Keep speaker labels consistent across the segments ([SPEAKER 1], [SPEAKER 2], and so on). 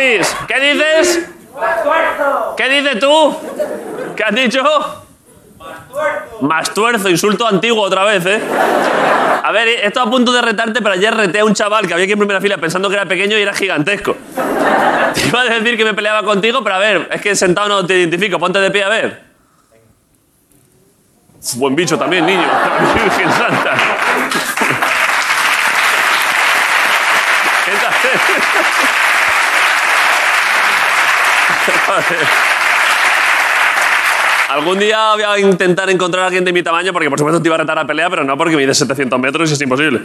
[SPEAKER 1] ¿Qué dices?
[SPEAKER 2] Más tuerzo.
[SPEAKER 1] ¿Qué dices tú? ¿Qué has dicho?
[SPEAKER 2] Más tuerzo.
[SPEAKER 1] Más tuerzo, insulto antiguo otra vez, ¿eh? A ver, eh, esto a punto de retarte, pero ayer reté a un chaval que había aquí en primera fila pensando que era pequeño y era gigantesco. Te iba a decir que me peleaba contigo, pero a ver, es que sentado no te identifico. Ponte de pie, a ver. Buen bicho también, niño. Virgen Santa. ¿Qué eh? te hace? Joder. Algún día voy a intentar encontrar a alguien de mi tamaño, porque por supuesto te iba a retar a pelea, pero no porque mide 700 metros y es imposible.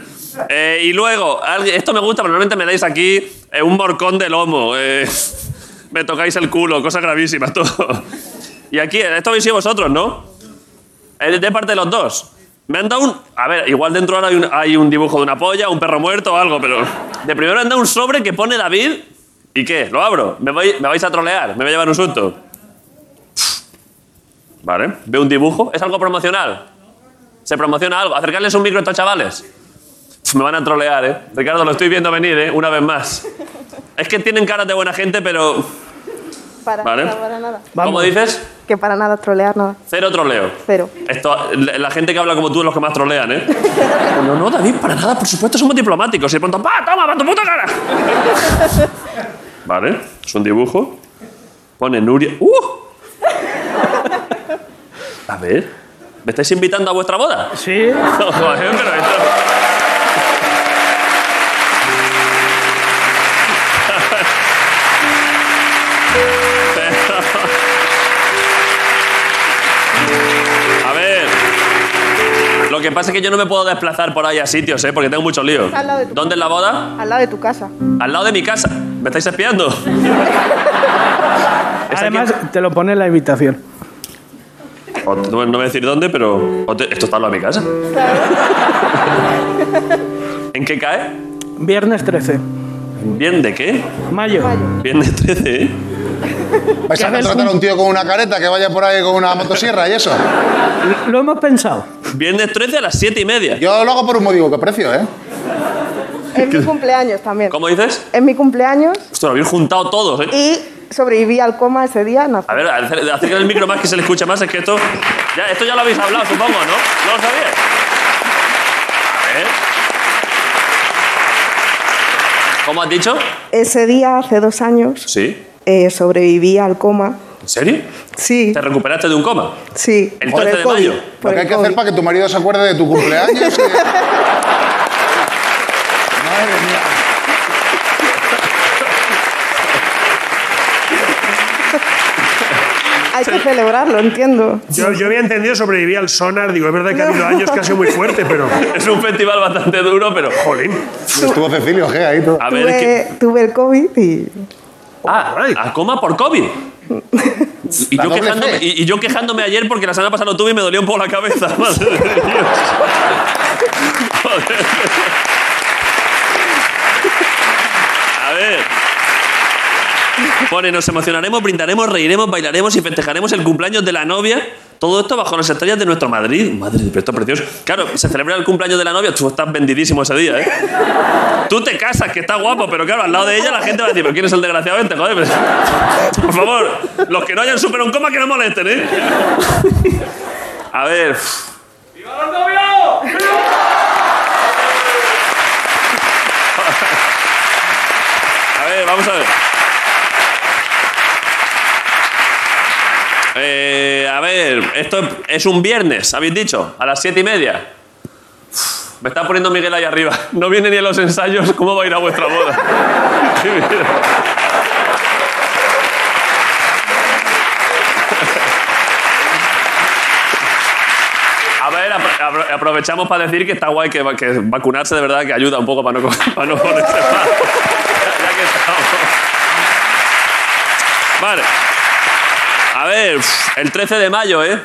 [SPEAKER 1] Eh, y luego, alguien- esto me gusta, pero normalmente me dais aquí eh, un morcón de lomo. eh, me tocáis el culo, cosas gravísimas, todo. Y aquí, esto habéis sido vosotros, ¿no? Eh, De parte de los dos. Me han dado un. A ver, igual dentro ahora hay un, hay un dibujo de una polla, un perro muerto o algo, pero. De primero me han dado un sobre que pone David. ¿Y qué? ¿Lo abro? ¿Me, vais- me vais a trolear? ¿Me voy a llevar un susto? Vale. ¿Veo un dibujo? ¿Es algo promocional? ¿Se promociona algo? Acercarles un micro a estos chavales. Pf, Me van a trolear, ¿eh? Ricardo, lo estoy viendo venir, ¿eh? Una vez más. Es que tienen caras de buena gente, pero...
[SPEAKER 3] Para
[SPEAKER 1] Vale.
[SPEAKER 3] nada, para nada.
[SPEAKER 1] ¿Cómo dices?
[SPEAKER 3] Que para nada trolear nada.
[SPEAKER 1] Cero troleo.
[SPEAKER 3] Cero.
[SPEAKER 1] Esto, la la gente que habla como tú es los que más trolean, ¿eh? No, no, David, para nada, por supuesto somos diplomáticos. Y de pronto, ¡pa! ¡Toma, va tu puta cara! vale, es un dibujo. Pone Nuria. ¡Uh! A ver, ¿me estáis invitando a vuestra boda?
[SPEAKER 4] Sí.
[SPEAKER 1] No, joder, pero esto... Pero- A ver... Lo que pasa es que yo no me puedo desplazar por ahí a sitios, ¿eh? Porque tengo mucho lío.
[SPEAKER 3] Al lado de tu-
[SPEAKER 1] ¿Dónde es la boda?
[SPEAKER 3] Al lado de tu casa.
[SPEAKER 1] Al lado de mi casa. ¿Me estáis espiando? Es aquí-
[SPEAKER 4] Además, te lo pone en la invitación.
[SPEAKER 1] O- no no voy a decir dónde, pero... o te- Esto está al lado de mi casa. ¿En qué cae?
[SPEAKER 4] Viernes 13.
[SPEAKER 1] ¿Bien de qué?
[SPEAKER 4] Mayo.
[SPEAKER 1] Viernes 13, ¿eh?
[SPEAKER 5] ¿Vais a contratar a un tío con una careta que vaya por ahí con una motosierra y eso?
[SPEAKER 4] Lo- Lo hemos pensado.
[SPEAKER 1] Viernes 13 a las 7 y media.
[SPEAKER 5] Yo lo hago por un motivo, que precio, ¿eh?
[SPEAKER 3] Es mi cumpleaños también.
[SPEAKER 1] ¿Cómo dices?
[SPEAKER 3] Es mi cumpleaños
[SPEAKER 1] Hostia, lo habéis juntado todos, ¿eh?
[SPEAKER 3] y sobreviví al coma ese día. nací.
[SPEAKER 1] A ver, acer- acerca el micro más que se le escucha más, es que esto. Ya, esto ya lo habéis hablado, supongo, ¿no? ¿No lo sabíais? A ver. ¿Cómo has dicho?
[SPEAKER 3] Ese día, hace dos años,
[SPEAKER 1] Sí.
[SPEAKER 3] eh, sobreviví al coma.
[SPEAKER 1] ¿En serio?
[SPEAKER 3] Sí,
[SPEAKER 1] ¿Te recuperaste de un coma?
[SPEAKER 3] sí.
[SPEAKER 1] el
[SPEAKER 3] por
[SPEAKER 1] 13 de
[SPEAKER 3] COVID,
[SPEAKER 1] mayo.
[SPEAKER 3] por
[SPEAKER 5] Lo que
[SPEAKER 3] el
[SPEAKER 5] hay que
[SPEAKER 3] COVID.
[SPEAKER 5] hacer para que tu marido se acuerde de tu cumpleaños. y- Madre mía.
[SPEAKER 3] Hay que celebrarlo, entiendo.
[SPEAKER 6] Yo, yo había entendido sobrevivir al sonar. Digo, es verdad que ha habido años que ha sido muy fuerte, pero.
[SPEAKER 1] Es un festival bastante duro, pero.
[SPEAKER 6] Jolín.
[SPEAKER 5] Estuvo Cecilio G ahí todo.
[SPEAKER 1] A ver, es que-
[SPEAKER 3] Tuve, tuve el COVID y
[SPEAKER 1] Ah,
[SPEAKER 6] Ay.
[SPEAKER 1] a coma por COVID. Y
[SPEAKER 5] Oh, La
[SPEAKER 1] yo,
[SPEAKER 5] doble
[SPEAKER 1] quejándome,
[SPEAKER 5] fe.
[SPEAKER 1] y, y yo quejándome ayer porque la semana pasada lo tuve y me dolió un poco la cabeza. Madre de Dios. Joder. A ver. Pone, nos emocionaremos, brindaremos, reiremos, bailaremos y festejaremos el cumpleaños de la novia. Todo esto bajo las estrellas de nuestro Madrid. Madre, pero esto es precioso. Claro, se celebra el cumpleaños de la novia. Tú estás vendidísimo ese día, ¿eh? Tú te casas, que está guapo, pero claro, al lado de ella la gente va a decir, ¿pero quién es el desgraciado este? Joder, pues, por favor, los que no hayan superado un coma que no molesten, ¿eh? A ver. A ver, vamos a ver. Eh, a ver, esto es un viernes, habéis dicho, a las siete y media. Me está poniendo Miguel ahí arriba. No viene ni a los ensayos. ¿Cómo va a ir a vuestra boda? Qué miedo. A ver, apro- apro- aprovechamos para decir que está guay que, va- que vacunarse de verdad que ayuda un poco para no, co- para no ponerse mal. Ya que estamos. Vale. A ver, el 13 de mayo, ¿eh?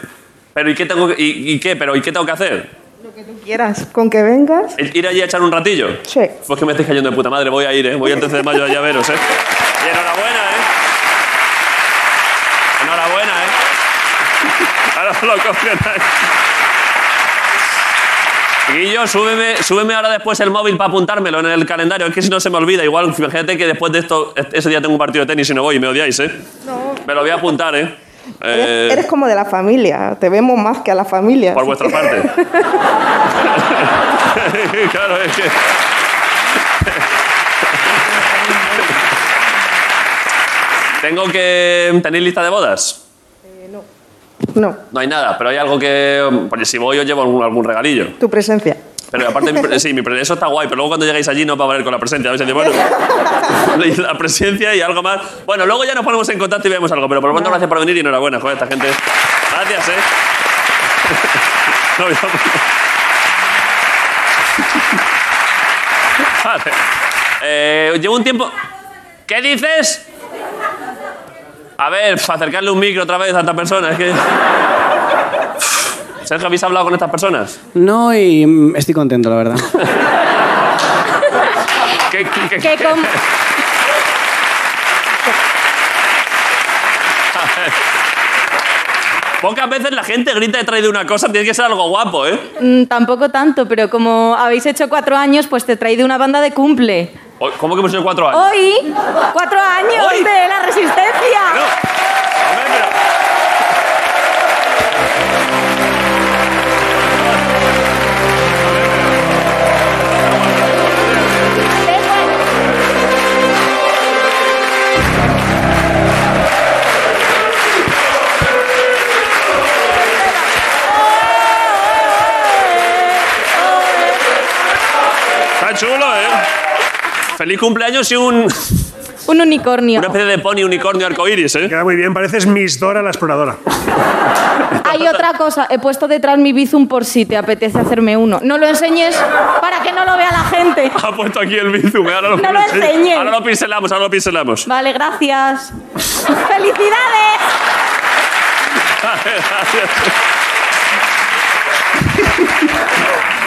[SPEAKER 1] Pero ¿y qué tengo que- y- y qué? Pero ¿y qué tengo que hacer?
[SPEAKER 3] lo que tú quieras. Con que vengas,
[SPEAKER 1] ¿El ir allí a echar un ratillo?
[SPEAKER 3] Sí.
[SPEAKER 1] Pues que me estáis cayendo de puta madre, voy a ir, ¿eh? Voy el 13 de mayo allá a veros, ¿eh? Y enhorabuena, ¿eh? Enhorabuena, ¿eh? Ahora os lo compro. Guillo, súbeme, súbeme ahora después el móvil para apuntármelo en el calendario. Es que si no se me olvida. Igual, fíjate que después de esto, e- ese día tengo un partido de tenis y no voy y me odiáis, ¿eh?
[SPEAKER 3] No.
[SPEAKER 1] Me lo voy a apuntar, ¿eh? Eh,
[SPEAKER 3] Eres, eres como de la familia, te vemos más que a la familia.
[SPEAKER 1] por vuestra parte. claro, es que... Tengo que... ¿Tenéis lista de bodas?
[SPEAKER 3] No,
[SPEAKER 1] No hay nada, pero hay algo que... Porque si voy, os llevo algún- algún regalillo.
[SPEAKER 3] tu presencia.
[SPEAKER 1] Pero aparte, mi pre- sí, mi pre- eso está guay, pero luego cuando llegáis allí no va a valer con la presencia. Vais a decir, bueno, la presencia y algo más. Bueno, luego ya nos ponemos en contacto y vemos algo, pero por lo pronto gracias por venir y enhorabuena, joder, esta gente. Gracias, eh. No, ya- Vale. Eh, llevo un tiempo... ¿Qué dices? A ver, pues, acercarle un micro otra vez a esta persona, es que... Sergio, ¿habéis hablado con estas personas?
[SPEAKER 7] No, y mm, estoy contento, la verdad.
[SPEAKER 1] ¿Qué- qué- qué-
[SPEAKER 8] Que con-
[SPEAKER 1] Pocas veces la gente grita detrás de una cosa, tiene que ser algo guapo, ¿eh?
[SPEAKER 8] mm, tampoco tanto, pero como habéis hecho cuatro años, pues te he traído una banda de cumple.
[SPEAKER 1] Hoy- ¿Cómo que hemos hecho cuatro años?
[SPEAKER 8] Hoy, cuatro años
[SPEAKER 1] Hoy.
[SPEAKER 8] de la resistencia.
[SPEAKER 1] No. Hombre, pero- Está chulo, ¿eh? Feliz cumpleaños y un, una
[SPEAKER 8] Un unicornio.
[SPEAKER 1] especie de pony unicornio arcoiris, ¿eh?
[SPEAKER 6] Queda muy bien, pareces Miss Dora la exploradora.
[SPEAKER 8] Hay otra cosa, he puesto detrás mi bizum por si te apetece hacerme uno. No lo enseñes para que no lo vea la gente.
[SPEAKER 1] Ha puesto aquí el bizum, ¿eh? ahora lo,
[SPEAKER 8] No lo enseñes.
[SPEAKER 1] Ahora lo pincelamos, ahora lo pincelamos.
[SPEAKER 8] Vale, gracias. ¡Felicidades!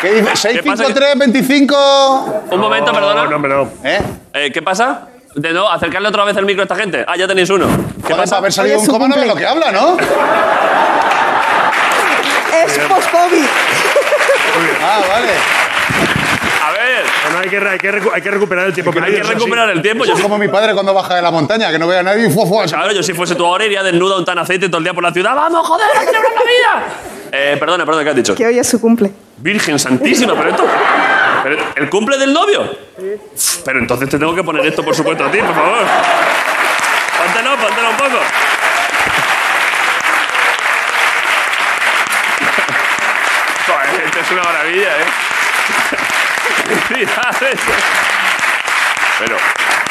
[SPEAKER 5] ¿Qué dices?
[SPEAKER 1] ¿Qué pasa?
[SPEAKER 5] 653 25.
[SPEAKER 1] Un momento, perdona.
[SPEAKER 6] No, no, hombre, no.
[SPEAKER 5] ¿Eh?
[SPEAKER 1] Eh, ¿Qué pasa? De no, acercarle otra vez el micro a esta gente. Ah, ya tenéis uno. ¿Qué
[SPEAKER 5] Joder, para
[SPEAKER 1] pasa?
[SPEAKER 5] haber salido
[SPEAKER 3] Oye,
[SPEAKER 5] un
[SPEAKER 3] su
[SPEAKER 5] coma no ve lo que habla, ¿no?
[SPEAKER 3] Es post-COVID.
[SPEAKER 5] Ah, vale.
[SPEAKER 1] A ver,
[SPEAKER 6] Bueno, hay, que, re- hay que recu- hay que recuperar el tiempo
[SPEAKER 1] hay que
[SPEAKER 6] perdido, eso sí.
[SPEAKER 1] recuperar el tiempo. pues Yo, Pues
[SPEAKER 5] Es como mi padre cuando baja de la montaña, que no ve a nadie y fue, fue.
[SPEAKER 1] claro, yo si fuese tú ahora iría desnudo a un tan aceite todo el día por la ciudad. ¡Vamos, joder, a celebrar la vida! Eh, perdona, perdona, ¿qué has dicho?
[SPEAKER 3] Que hoy es su cumple.
[SPEAKER 1] Virgen Santísima, pero esto. pero ¿El cumple del novio? Pero entonces te tengo que poner esto, por supuesto, a ti, por favor. Póntelo, póntelo un poco. Joder, esto es una maravilla, ¿eh? Felicidades. Pero,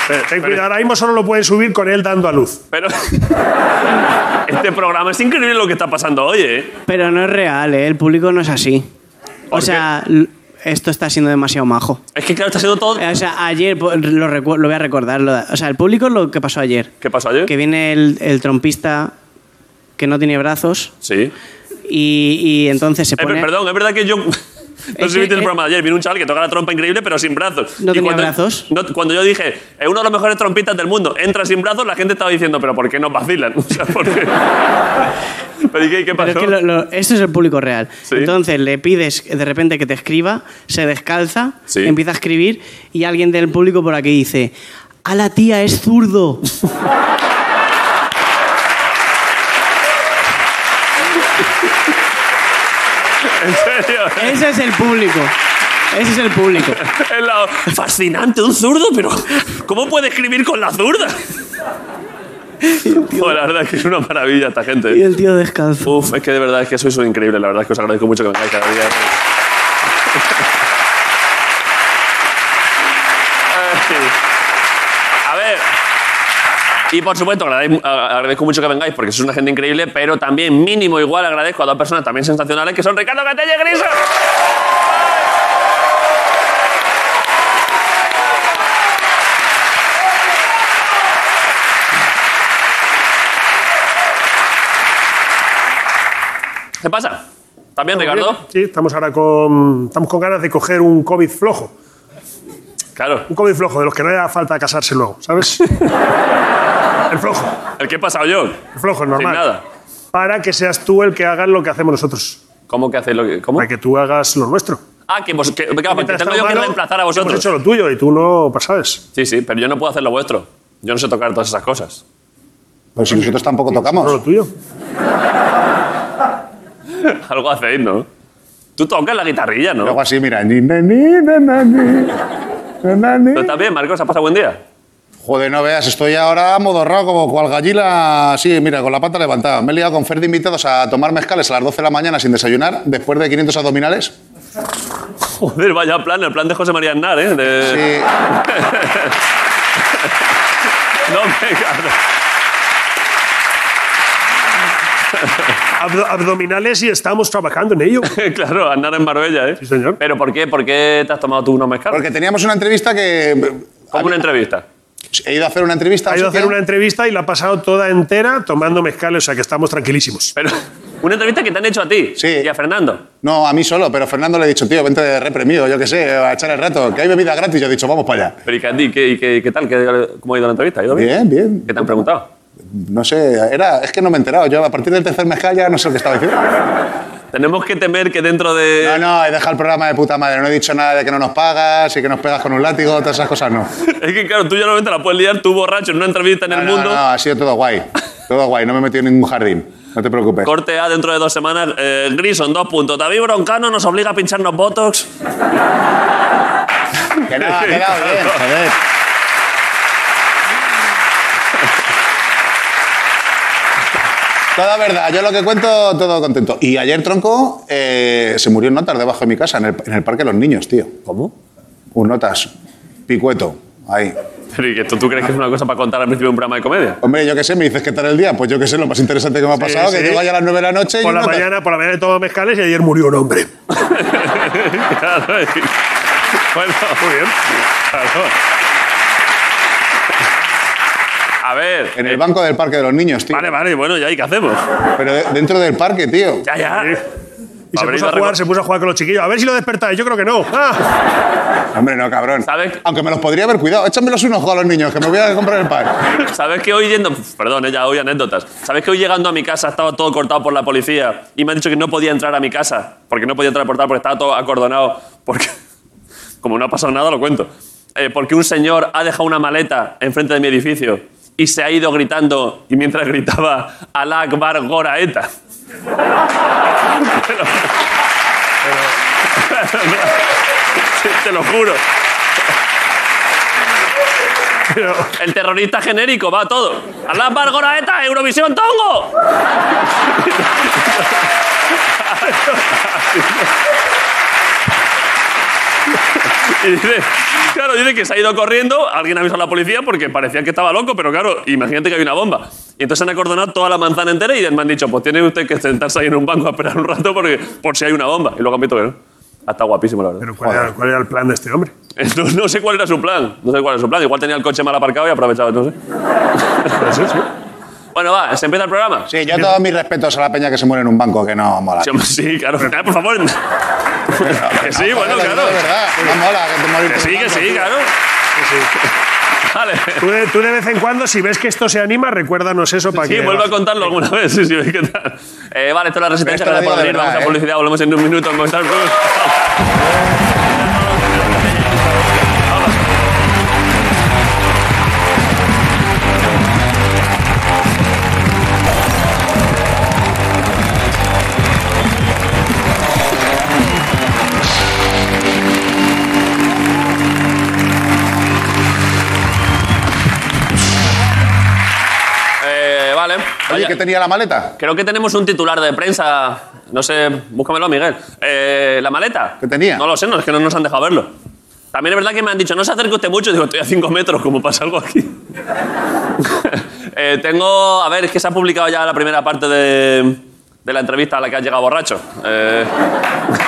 [SPEAKER 6] Pero Ten cuidado, ahora mismo solo lo pueden subir con él dando a luz.
[SPEAKER 1] pero. Este programa es increíble lo que está pasando hoy, ¿eh?
[SPEAKER 7] Pero no es real, ¿eh? El público no es así. O
[SPEAKER 1] ¿Por qué?
[SPEAKER 7] sea, l- esto está siendo demasiado majo.
[SPEAKER 1] Es que, claro, está siendo todo.
[SPEAKER 7] Eh, O sea, ayer po- lo, recu- lo voy a recordar. lo- o sea, el público lo que pasó ayer.
[SPEAKER 1] ¿Qué pasó ayer?
[SPEAKER 7] Que viene el, el trompista que no tiene brazos
[SPEAKER 1] Sí.
[SPEAKER 7] y, y entonces se
[SPEAKER 1] Eh,
[SPEAKER 7] pone...
[SPEAKER 1] perdón, es verdad que yo. No sé si
[SPEAKER 7] que-
[SPEAKER 1] viste el
[SPEAKER 7] eh,
[SPEAKER 1] programa de ayer. Vino un chaval que toca la trompa increíble, pero sin brazos.
[SPEAKER 7] ¿No
[SPEAKER 1] Y
[SPEAKER 7] tenía
[SPEAKER 1] cuando-
[SPEAKER 7] brazos?
[SPEAKER 1] no, cuando yo dije, es uno de los mejores trompistas del mundo, entra sin brazos, la gente estaba diciendo, pero ¿por qué nos vacilan? O sea, ¿por qué? pero ¿y qué, qué
[SPEAKER 7] Pero
[SPEAKER 1] pasó?
[SPEAKER 7] es que lo- lo- esto es el público real.
[SPEAKER 1] Sí.
[SPEAKER 7] Entonces le pides de repente que te escriba, se descalza,
[SPEAKER 1] Sí.
[SPEAKER 7] empieza a escribir y alguien del público por aquí dice, ¡A la tía es zurdo!
[SPEAKER 1] En serio.
[SPEAKER 7] Ese es el público. Ese es el público.
[SPEAKER 1] Es la- Fascinante, un zurdo, pero ¿cómo puede escribir con la zurda? Joder, la verdad es que es una maravilla esta gente. ¿eh?
[SPEAKER 7] Y el tío descalzo.
[SPEAKER 1] Uf, es que de verdad es que sois un increíble. La verdad es que os agradezco mucho que vengáis cada día. Ay. A ver. Y por supuesto, agrade- a- agradezco mucho que vengáis porque sois una gente increíble, pero también mínimo igual agradezco a dos personas también sensacionales que son Ricardo Catella y Griso. ¿Qué pasa? ¿También, Ricardo?
[SPEAKER 6] Sí, estamos ahora con. Estamos con ganas de coger un COVID flojo.
[SPEAKER 1] Claro.
[SPEAKER 6] Un COVID flojo, de los que no haga falta casarse luego, ¿sabes? el flojo,
[SPEAKER 1] ¿El que he pasado yo?
[SPEAKER 6] el flojo,
[SPEAKER 1] Sin
[SPEAKER 6] el normal.
[SPEAKER 1] nada.
[SPEAKER 6] Para que seas tú el que hagas lo que hacemos nosotros.
[SPEAKER 1] ¿Cómo que hacéis lo que.? ¿Cómo?
[SPEAKER 6] Para que tú hagas lo nuestro.
[SPEAKER 1] Ah, que vos. que- claro, porque
[SPEAKER 6] Mientras
[SPEAKER 1] tengo
[SPEAKER 6] está
[SPEAKER 1] yo que
[SPEAKER 6] humano,
[SPEAKER 1] reemplazar a
[SPEAKER 6] Hemos
[SPEAKER 1] vosotros.
[SPEAKER 6] hecho lo tuyo y tú no pues, sabes.
[SPEAKER 1] Sí, sí, pero yo no puedo hacer lo vuestro. Yo no sé tocar todas esas cosas.
[SPEAKER 5] Pero si nosotros tampoco
[SPEAKER 6] No lo
[SPEAKER 5] tocamos.
[SPEAKER 6] tuyo.
[SPEAKER 1] Algo hacéis, ¿no? Tú tocas la guitarrilla, ¿no?
[SPEAKER 5] Luego así, mira. ni, na, ni, na, na, ni, na, na, ni.
[SPEAKER 1] Pero está bien, Marcos, ¿has pasado buen día?
[SPEAKER 5] Joder, no veas, estoy ahora modorrado como cual gallina. Sí, mira, con la pata levantada. Me he liado con Fer de invitados a tomar mezcales a las 12 de la mañana sin desayunar, después de 500 abdominales.
[SPEAKER 1] Joder, vaya plan, el plan de José María Aznar, ¿eh? De-
[SPEAKER 5] Sí.
[SPEAKER 1] No me cago.
[SPEAKER 6] Abdo- abdominales y estamos trabajando en ello.
[SPEAKER 1] claro, andar en Marbella, ¿eh?
[SPEAKER 6] Sí, señor.
[SPEAKER 1] ¿Pero por qué? ¿Por qué te has tomado tú unos mezcales?
[SPEAKER 5] Porque teníamos una entrevista que.
[SPEAKER 1] Como una entrevista.
[SPEAKER 5] He ido a hacer una entrevista.
[SPEAKER 6] Ha ido a hacer
[SPEAKER 5] socio.
[SPEAKER 6] una entrevista y la ha pasado toda entera tomando mezcales, o sea que estamos tranquilísimos.
[SPEAKER 1] Pero una entrevista que te han hecho a ti
[SPEAKER 5] Sí.
[SPEAKER 1] y a Fernando.
[SPEAKER 5] No, a mí solo, pero Fernando le he dicho, tío, vente de reprimido, yo qué sé, a echar el rato, que hay bebida gratis. Yo he dicho, vamos para allá.
[SPEAKER 1] Pero ¿y qué, y qué, y qué- qué tal? ¿Qué- ¿Cómo ha ido la entrevista? ¿Ha ido bien?
[SPEAKER 5] Bien, bien.
[SPEAKER 1] ¿Qué te han preguntado?
[SPEAKER 5] No sé, era, es que no me he enterado. Yo a partir del tercer mezcal ya no sé lo que estaba diciendo.
[SPEAKER 1] Tenemos que temer que dentro de...
[SPEAKER 5] No, no, he dejado el programa de puta madre. No he dicho nada de que no nos pagas y que nos pegas con un látigo, todas esas cosas no.
[SPEAKER 1] Es que claro, tú ya no te la puedes liar tú borracho en una entrevista en
[SPEAKER 5] No,
[SPEAKER 1] el
[SPEAKER 5] no,
[SPEAKER 1] mundo.
[SPEAKER 5] no, ha sido todo guay. Todo guay, no me he metido en ningún jardín. No te preocupes.
[SPEAKER 1] Corte A dentro de dos semanas. Eh, Grison, dos puntos. David Broncano nos obliga a pincharnos Botox.
[SPEAKER 5] Que no, ha quedado bien, joder. Toda verdad, yo lo que cuento, todo contento. Y ayer, tronco, eh, se murió un notas debajo de mi casa, en el, en el parque de los niños, tío.
[SPEAKER 1] ¿Cómo?
[SPEAKER 5] Un notas, picueto, ahí.
[SPEAKER 1] Pero ¿y que esto tú crees que es una cosa para contar al principio de un programa de comedia?
[SPEAKER 5] Hombre, yo qué sé, me dices qué tal el día. Pues yo qué sé, lo más interesante que me ha pasado,
[SPEAKER 6] sí.
[SPEAKER 5] que yo vaya a las 9 de la noche y
[SPEAKER 6] Por
[SPEAKER 5] un
[SPEAKER 6] la,
[SPEAKER 5] notas.
[SPEAKER 6] mañana, por la mañana he tomado mezcales y ayer murió un hombre.
[SPEAKER 1] Claro, y- Bueno, muy bien. Claro. A ver.
[SPEAKER 5] En
[SPEAKER 1] eh,
[SPEAKER 5] el banco del parque de los niños, tío.
[SPEAKER 1] Vale, vale, bueno, ya, ¿y qué hacemos?
[SPEAKER 5] Pero de- dentro del parque, tío.
[SPEAKER 1] Ya, ya.
[SPEAKER 6] Y se
[SPEAKER 1] Habré
[SPEAKER 6] puso,
[SPEAKER 1] ido
[SPEAKER 6] a
[SPEAKER 1] a
[SPEAKER 6] jugar,
[SPEAKER 1] recor-
[SPEAKER 6] se puso a jugar con los chiquillos. A ver si lo despertáis. Yo creo que no. Ah,
[SPEAKER 5] Hombre, no, cabrón.
[SPEAKER 1] ¿Sabes?
[SPEAKER 5] Aunque me los podría haber cuidado. Échamelos unos ojos a los niños, que me voy a comprar el pan.
[SPEAKER 1] ¿Sabes que hoy yendo.? Perdón, eh, ya hoy anécdotas. ¿Sabes que hoy llegando a mi casa estaba todo cortado por la policía y me han dicho que no podía entrar a mi casa? Porque no podía entrar por tal, porque estaba todo acordonado. Porque. Como no ha pasado nada, lo cuento. Eh, porque un señor ha dejado una maleta enfrente de mi edificio y se ha ido gritando, y mientras gritaba, Alá Akbar Goraeta. Sí, te lo juro. El terrorista genérico va a todo. Alá Akbar Goraeta, Eurovisión Tongo. Y dice, claro, dice que se ha ido corriendo, alguien avisó a la policía porque parecía que estaba loco, pero claro, imagínate que hay una bomba. Y entonces han acordonado toda la manzana entera y me han dicho, pues tiene usted que sentarse ahí en un banco a esperar un rato porque, por si hay una bomba. Y luego han visto que no. Ha estado guapísimo, la verdad.
[SPEAKER 6] pero ¿cuál era, cuál era el plan de este hombre?
[SPEAKER 1] No, no sé cuál era su plan. No sé cuál era su plan. Igual tenía el coche mal aparcado y aprovechaba, no sé.
[SPEAKER 6] Pues
[SPEAKER 1] Bueno, va, se empieza el programa.
[SPEAKER 5] Sí, yo todos mis respetos a la peña que se muere en un banco, que no mola.
[SPEAKER 1] Sí, hombre, sí, claro. Ah, por favor. que sí,
[SPEAKER 5] No,
[SPEAKER 1] bueno,
[SPEAKER 5] joder,
[SPEAKER 1] claro.
[SPEAKER 5] De verdad, no mola que te moriste
[SPEAKER 1] Que sí,
[SPEAKER 5] en un
[SPEAKER 1] que
[SPEAKER 5] banco,
[SPEAKER 1] sí,
[SPEAKER 5] tío.
[SPEAKER 1] claro. Vale.
[SPEAKER 6] Tú de, tú de vez en cuando, si ves que esto se anima, recuérdanos eso para
[SPEAKER 1] Sí,
[SPEAKER 6] que.
[SPEAKER 1] vuelvo a contarlo alguna vez. Sí, sí, ¿qué tal? Eh, vale, esto es la resistencia.
[SPEAKER 5] Esto lo
[SPEAKER 1] Gracias por
[SPEAKER 5] digo de
[SPEAKER 1] venir. Vamos
[SPEAKER 5] verdad,
[SPEAKER 1] a
[SPEAKER 5] ¿eh?
[SPEAKER 1] publicidad. Volvemos en un minuto. Vamos a estar- Eh, vale.
[SPEAKER 5] Oye,
[SPEAKER 1] Vaya.
[SPEAKER 5] ¿qué tenía la maleta?
[SPEAKER 1] Creo que tenemos un titular de prensa. No sé, búscamelo, Miguel. Eh, ¿La maleta?
[SPEAKER 5] ¿Qué tenía?
[SPEAKER 1] No lo sé, no, es que no nos han dejado verlo. También es verdad que me han dicho, no se acerque usted mucho. Digo, estoy a 5 metros, como pasa algo aquí. Eh, tengo. A ver, es que se ha publicado ya la primera parte de, de la entrevista a la que has llegado borracho. Eh,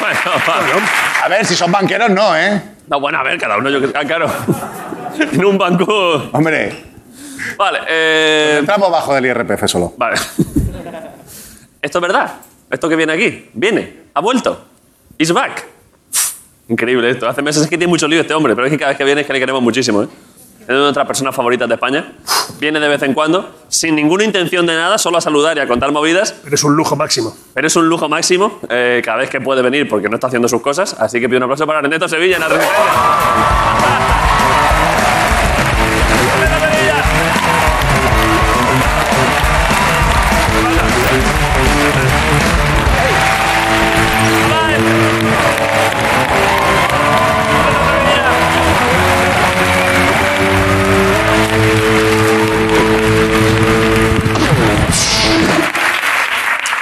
[SPEAKER 1] bueno, va.
[SPEAKER 5] A ver, si son banqueros, no, ¿eh?
[SPEAKER 1] No, bueno, a ver, cada uno yo que. Ah, claro. en un banco.
[SPEAKER 5] Hombre,
[SPEAKER 1] Vale, eh.
[SPEAKER 5] entramos bajo del IRPF solo.
[SPEAKER 1] Vale. Esto es verdad. Esto que viene aquí. Viene. Ha vuelto. Is back. Increíble esto. Hace meses es que tiene mucho lío este hombre, pero es que cada vez que viene es que le queremos muchísimo, ¿eh? es una de nuestras personas favoritas de España. Viene de vez en cuando, sin ninguna intención de nada, solo a saludar y a contar movidas.
[SPEAKER 6] Eres un lujo máximo.
[SPEAKER 1] Pero es un lujo máximo eh, cada vez que puede venir porque no está haciendo sus cosas. Así que pido un aplauso para Ernesto Sevilla en la Resistencia. ¡Ernesto Sevilla! Vale.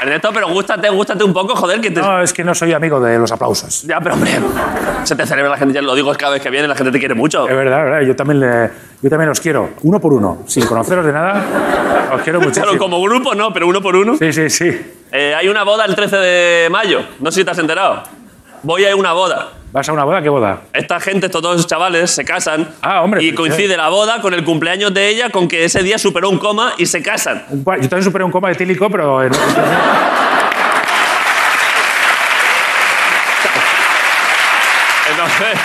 [SPEAKER 1] Ernesto, pero gústate, gústate un poco, joder, que te...
[SPEAKER 9] No, es que no soy amigo de los aplausos.
[SPEAKER 1] Ya, pero hombre, se te celebra la gente, ya lo digo cada vez que viene, la gente te quiere mucho.
[SPEAKER 9] Es verdad, es verdad. Yo también, le- yo también los quiero. Uno por uno. Sin conoceros de nada, os quiero
[SPEAKER 1] Claro,
[SPEAKER 9] muchísimo.
[SPEAKER 1] como grupo no, pero uno por uno.
[SPEAKER 9] Sí, sí, sí.
[SPEAKER 1] Eh, hay una boda el 13 de mayo. No sé si te has enterado. Voy a una boda.
[SPEAKER 9] ¿Vas a una boda? ¿Qué boda?
[SPEAKER 1] Esta gente, estos dos chavales, se casan.
[SPEAKER 9] Ah, hombre,
[SPEAKER 1] Y
[SPEAKER 9] sí,
[SPEAKER 1] coincide la boda con el cumpleaños de ella, con que ese día superó un coma y se casan.
[SPEAKER 9] Un pa- Yo también superé un coma etílico, pero... eh, en-
[SPEAKER 1] Entonces,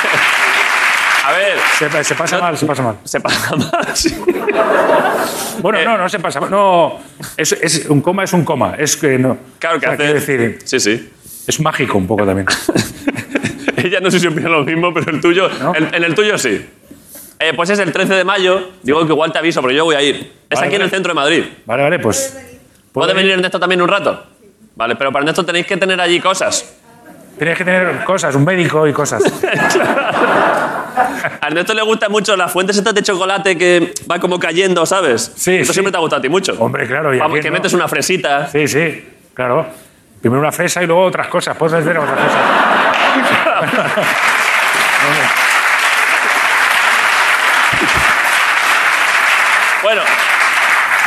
[SPEAKER 1] a ver,
[SPEAKER 9] se, se pasa mal, se pasa mal.
[SPEAKER 1] se pasa más.
[SPEAKER 9] Bueno,
[SPEAKER 1] Eh.
[SPEAKER 9] no, no se pasa mal. No, es, es- un coma es un coma. Es que no.
[SPEAKER 1] Claro que
[SPEAKER 9] O sea,
[SPEAKER 1] hace.
[SPEAKER 9] quiero decir,
[SPEAKER 1] Sí, sí.
[SPEAKER 9] es mágico un poco también.
[SPEAKER 1] Ella no sé si opina lo mismo, pero el tuyo,
[SPEAKER 9] ¿No?
[SPEAKER 1] el- en el tuyo sí. Eh, pues es el 13 de mayo. Digo que igual te aviso, pero yo voy a ir. Es
[SPEAKER 9] Vale,
[SPEAKER 1] aquí en
[SPEAKER 9] vale.
[SPEAKER 1] el centro de Madrid.
[SPEAKER 9] Vale, vale, pues...
[SPEAKER 1] ¿Puede
[SPEAKER 9] ¿puedo
[SPEAKER 1] venir Ernesto también un rato? Vale, pero para Ernesto tenéis que tener allí cosas.
[SPEAKER 9] Tienes que tener cosas, un médico y cosas.
[SPEAKER 1] A Ernesto le gustan mucho las fuentes estas de chocolate que va como cayendo, ¿sabes?
[SPEAKER 9] Sí,
[SPEAKER 1] Esto
[SPEAKER 9] sí.
[SPEAKER 1] siempre te ha gustado a ti mucho.
[SPEAKER 9] Hombre, claro, y a
[SPEAKER 1] Vamos,
[SPEAKER 9] quién
[SPEAKER 1] que
[SPEAKER 9] no.
[SPEAKER 1] metes una fresita.
[SPEAKER 9] Sí, sí, claro. Primero una fresa y luego otras cosas. Puedes hacer otras cosas.
[SPEAKER 1] Bueno,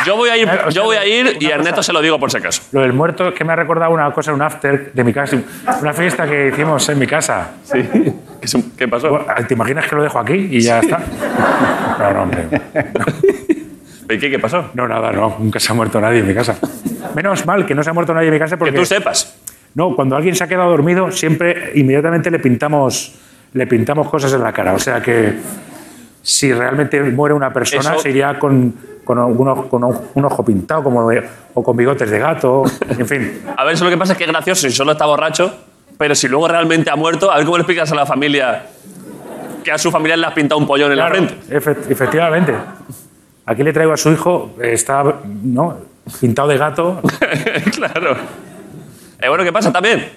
[SPEAKER 1] yo voy a ir,
[SPEAKER 9] Eh, o sea,
[SPEAKER 1] yo voy a ir y
[SPEAKER 9] una
[SPEAKER 1] a Ernesto
[SPEAKER 9] cosa.
[SPEAKER 1] se lo digo por si acaso.
[SPEAKER 9] Lo del muerto es que me ha recordado una cosa, un after de mi casa, una fiesta que hicimos en mi casa.
[SPEAKER 1] Sí. ¿Qué, se- qué pasó?
[SPEAKER 9] Bueno, ¿Te imaginas que lo dejo aquí y ya está? No, no, hombre.
[SPEAKER 1] ¿Y ¿Qué, qué pasó?
[SPEAKER 9] No, nada, no. Nunca se ha muerto nadie en mi casa. Menos mal que no se ha muerto nadie en mi casa porque...
[SPEAKER 1] Que tú sepas.
[SPEAKER 9] No, cuando alguien se ha quedado dormido, siempre inmediatamente le pintamos, le pintamos cosas en la cara. O sea que si realmente muere una persona,
[SPEAKER 1] Eso-
[SPEAKER 9] se iría con, con, un, ojo- con un- un ojo pintado como de- o con bigotes de gato, en fin.
[SPEAKER 1] A ver, eso lo que pasa es que es gracioso si solo está borracho, pero si luego realmente ha muerto, a ver cómo le explicas a la familia que a su familia le has pintado un pollón en la
[SPEAKER 9] Claro,
[SPEAKER 1] frente.
[SPEAKER 9] efe- efectivamente. Aquí le traigo a su hijo, eh, está ¿no? pintado de gato.
[SPEAKER 1] claro. Eh, bueno, ¿qué pasa también?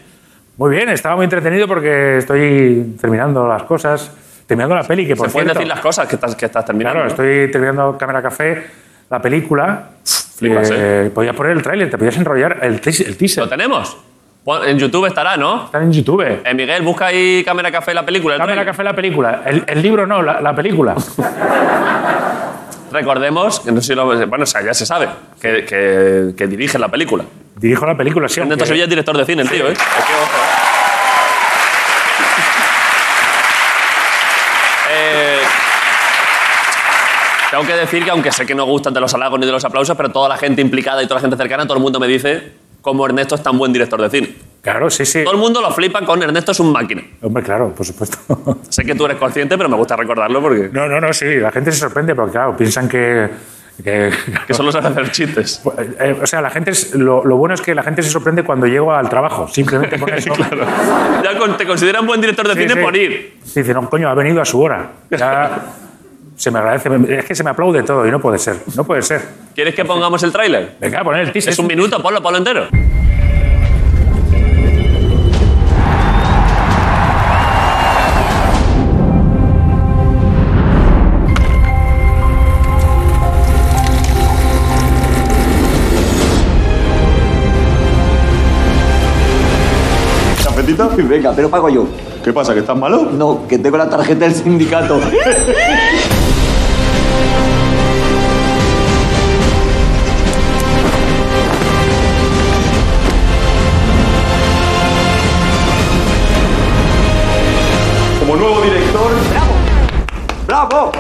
[SPEAKER 9] Muy bien, estaba muy entretenido porque estoy terminando las cosas, terminando la peli que por
[SPEAKER 1] Se pueden
[SPEAKER 9] cierto-
[SPEAKER 1] decir las cosas que estás, que estás terminando.
[SPEAKER 9] Claro,
[SPEAKER 1] ¿no?
[SPEAKER 9] estoy terminando Cámara Café, la película.
[SPEAKER 1] Flipas,
[SPEAKER 9] eh,
[SPEAKER 1] ¿eh?
[SPEAKER 9] Podías poner el tráiler, te podías enrollar el, tis- el teaser.
[SPEAKER 1] ¿Lo tenemos? Pon- En YouTube estará, ¿no?
[SPEAKER 9] Está en YouTube.
[SPEAKER 1] Eh, Miguel, busca ahí Cámara Café la película. el
[SPEAKER 9] Cámara
[SPEAKER 1] trailer.
[SPEAKER 9] Café, la película. El, el libro no, la, la película.
[SPEAKER 1] Recordemos, que no sé si lo- bueno, o sea, ya se sabe, que, que- que dirige la película.
[SPEAKER 9] Dirijo la película, sí.
[SPEAKER 1] Ernesto
[SPEAKER 9] aunque-
[SPEAKER 1] Sevilla es director de cine, el tío, ¿eh? Es que, ojo, ¿eh? Eh, Tengo que decir que aunque sé que no gustan de los halagos ni de los aplausos, pero toda la gente implicada y toda la gente cercana, todo el mundo me dice cómo Ernesto es tan buen director de cine.
[SPEAKER 9] Claro, sí, sí.
[SPEAKER 1] Todo el mundo lo flipa con Ernesto es un máquina.
[SPEAKER 9] Hombre, claro, por supuesto.
[SPEAKER 1] Sé que tú eres consciente, pero me gusta recordarlo porque
[SPEAKER 9] No, no, no, sí. La gente se sorprende porque, claro, piensan que. que-
[SPEAKER 1] que solo sabe hacer chistes.
[SPEAKER 9] Eh, o sea, la gente es- lo, lo bueno es que la gente se sorprende cuando llego al trabajo. Simplemente por eso.
[SPEAKER 1] Claro. Ya con- te consideran buen director de
[SPEAKER 9] Sí,
[SPEAKER 1] cine
[SPEAKER 9] sí.
[SPEAKER 1] por ir.
[SPEAKER 9] Sí, dice, no, coño, ha venido a su hora. Ya se me agradece. Es que se me aplaude todo y no puede ser. No puede ser.
[SPEAKER 1] ¿Quieres que pongamos el tráiler?
[SPEAKER 9] Venga, poner el teaser.
[SPEAKER 1] Es un minuto, ponlo, ponlo entero.
[SPEAKER 10] ¿Cafetito? Venga, pero pago yo.
[SPEAKER 5] ¿Qué pasa? ¿Que estás malo?
[SPEAKER 10] No, que tengo la tarjeta del sindicato.
[SPEAKER 5] Como nuevo director.
[SPEAKER 10] ¡Bravo!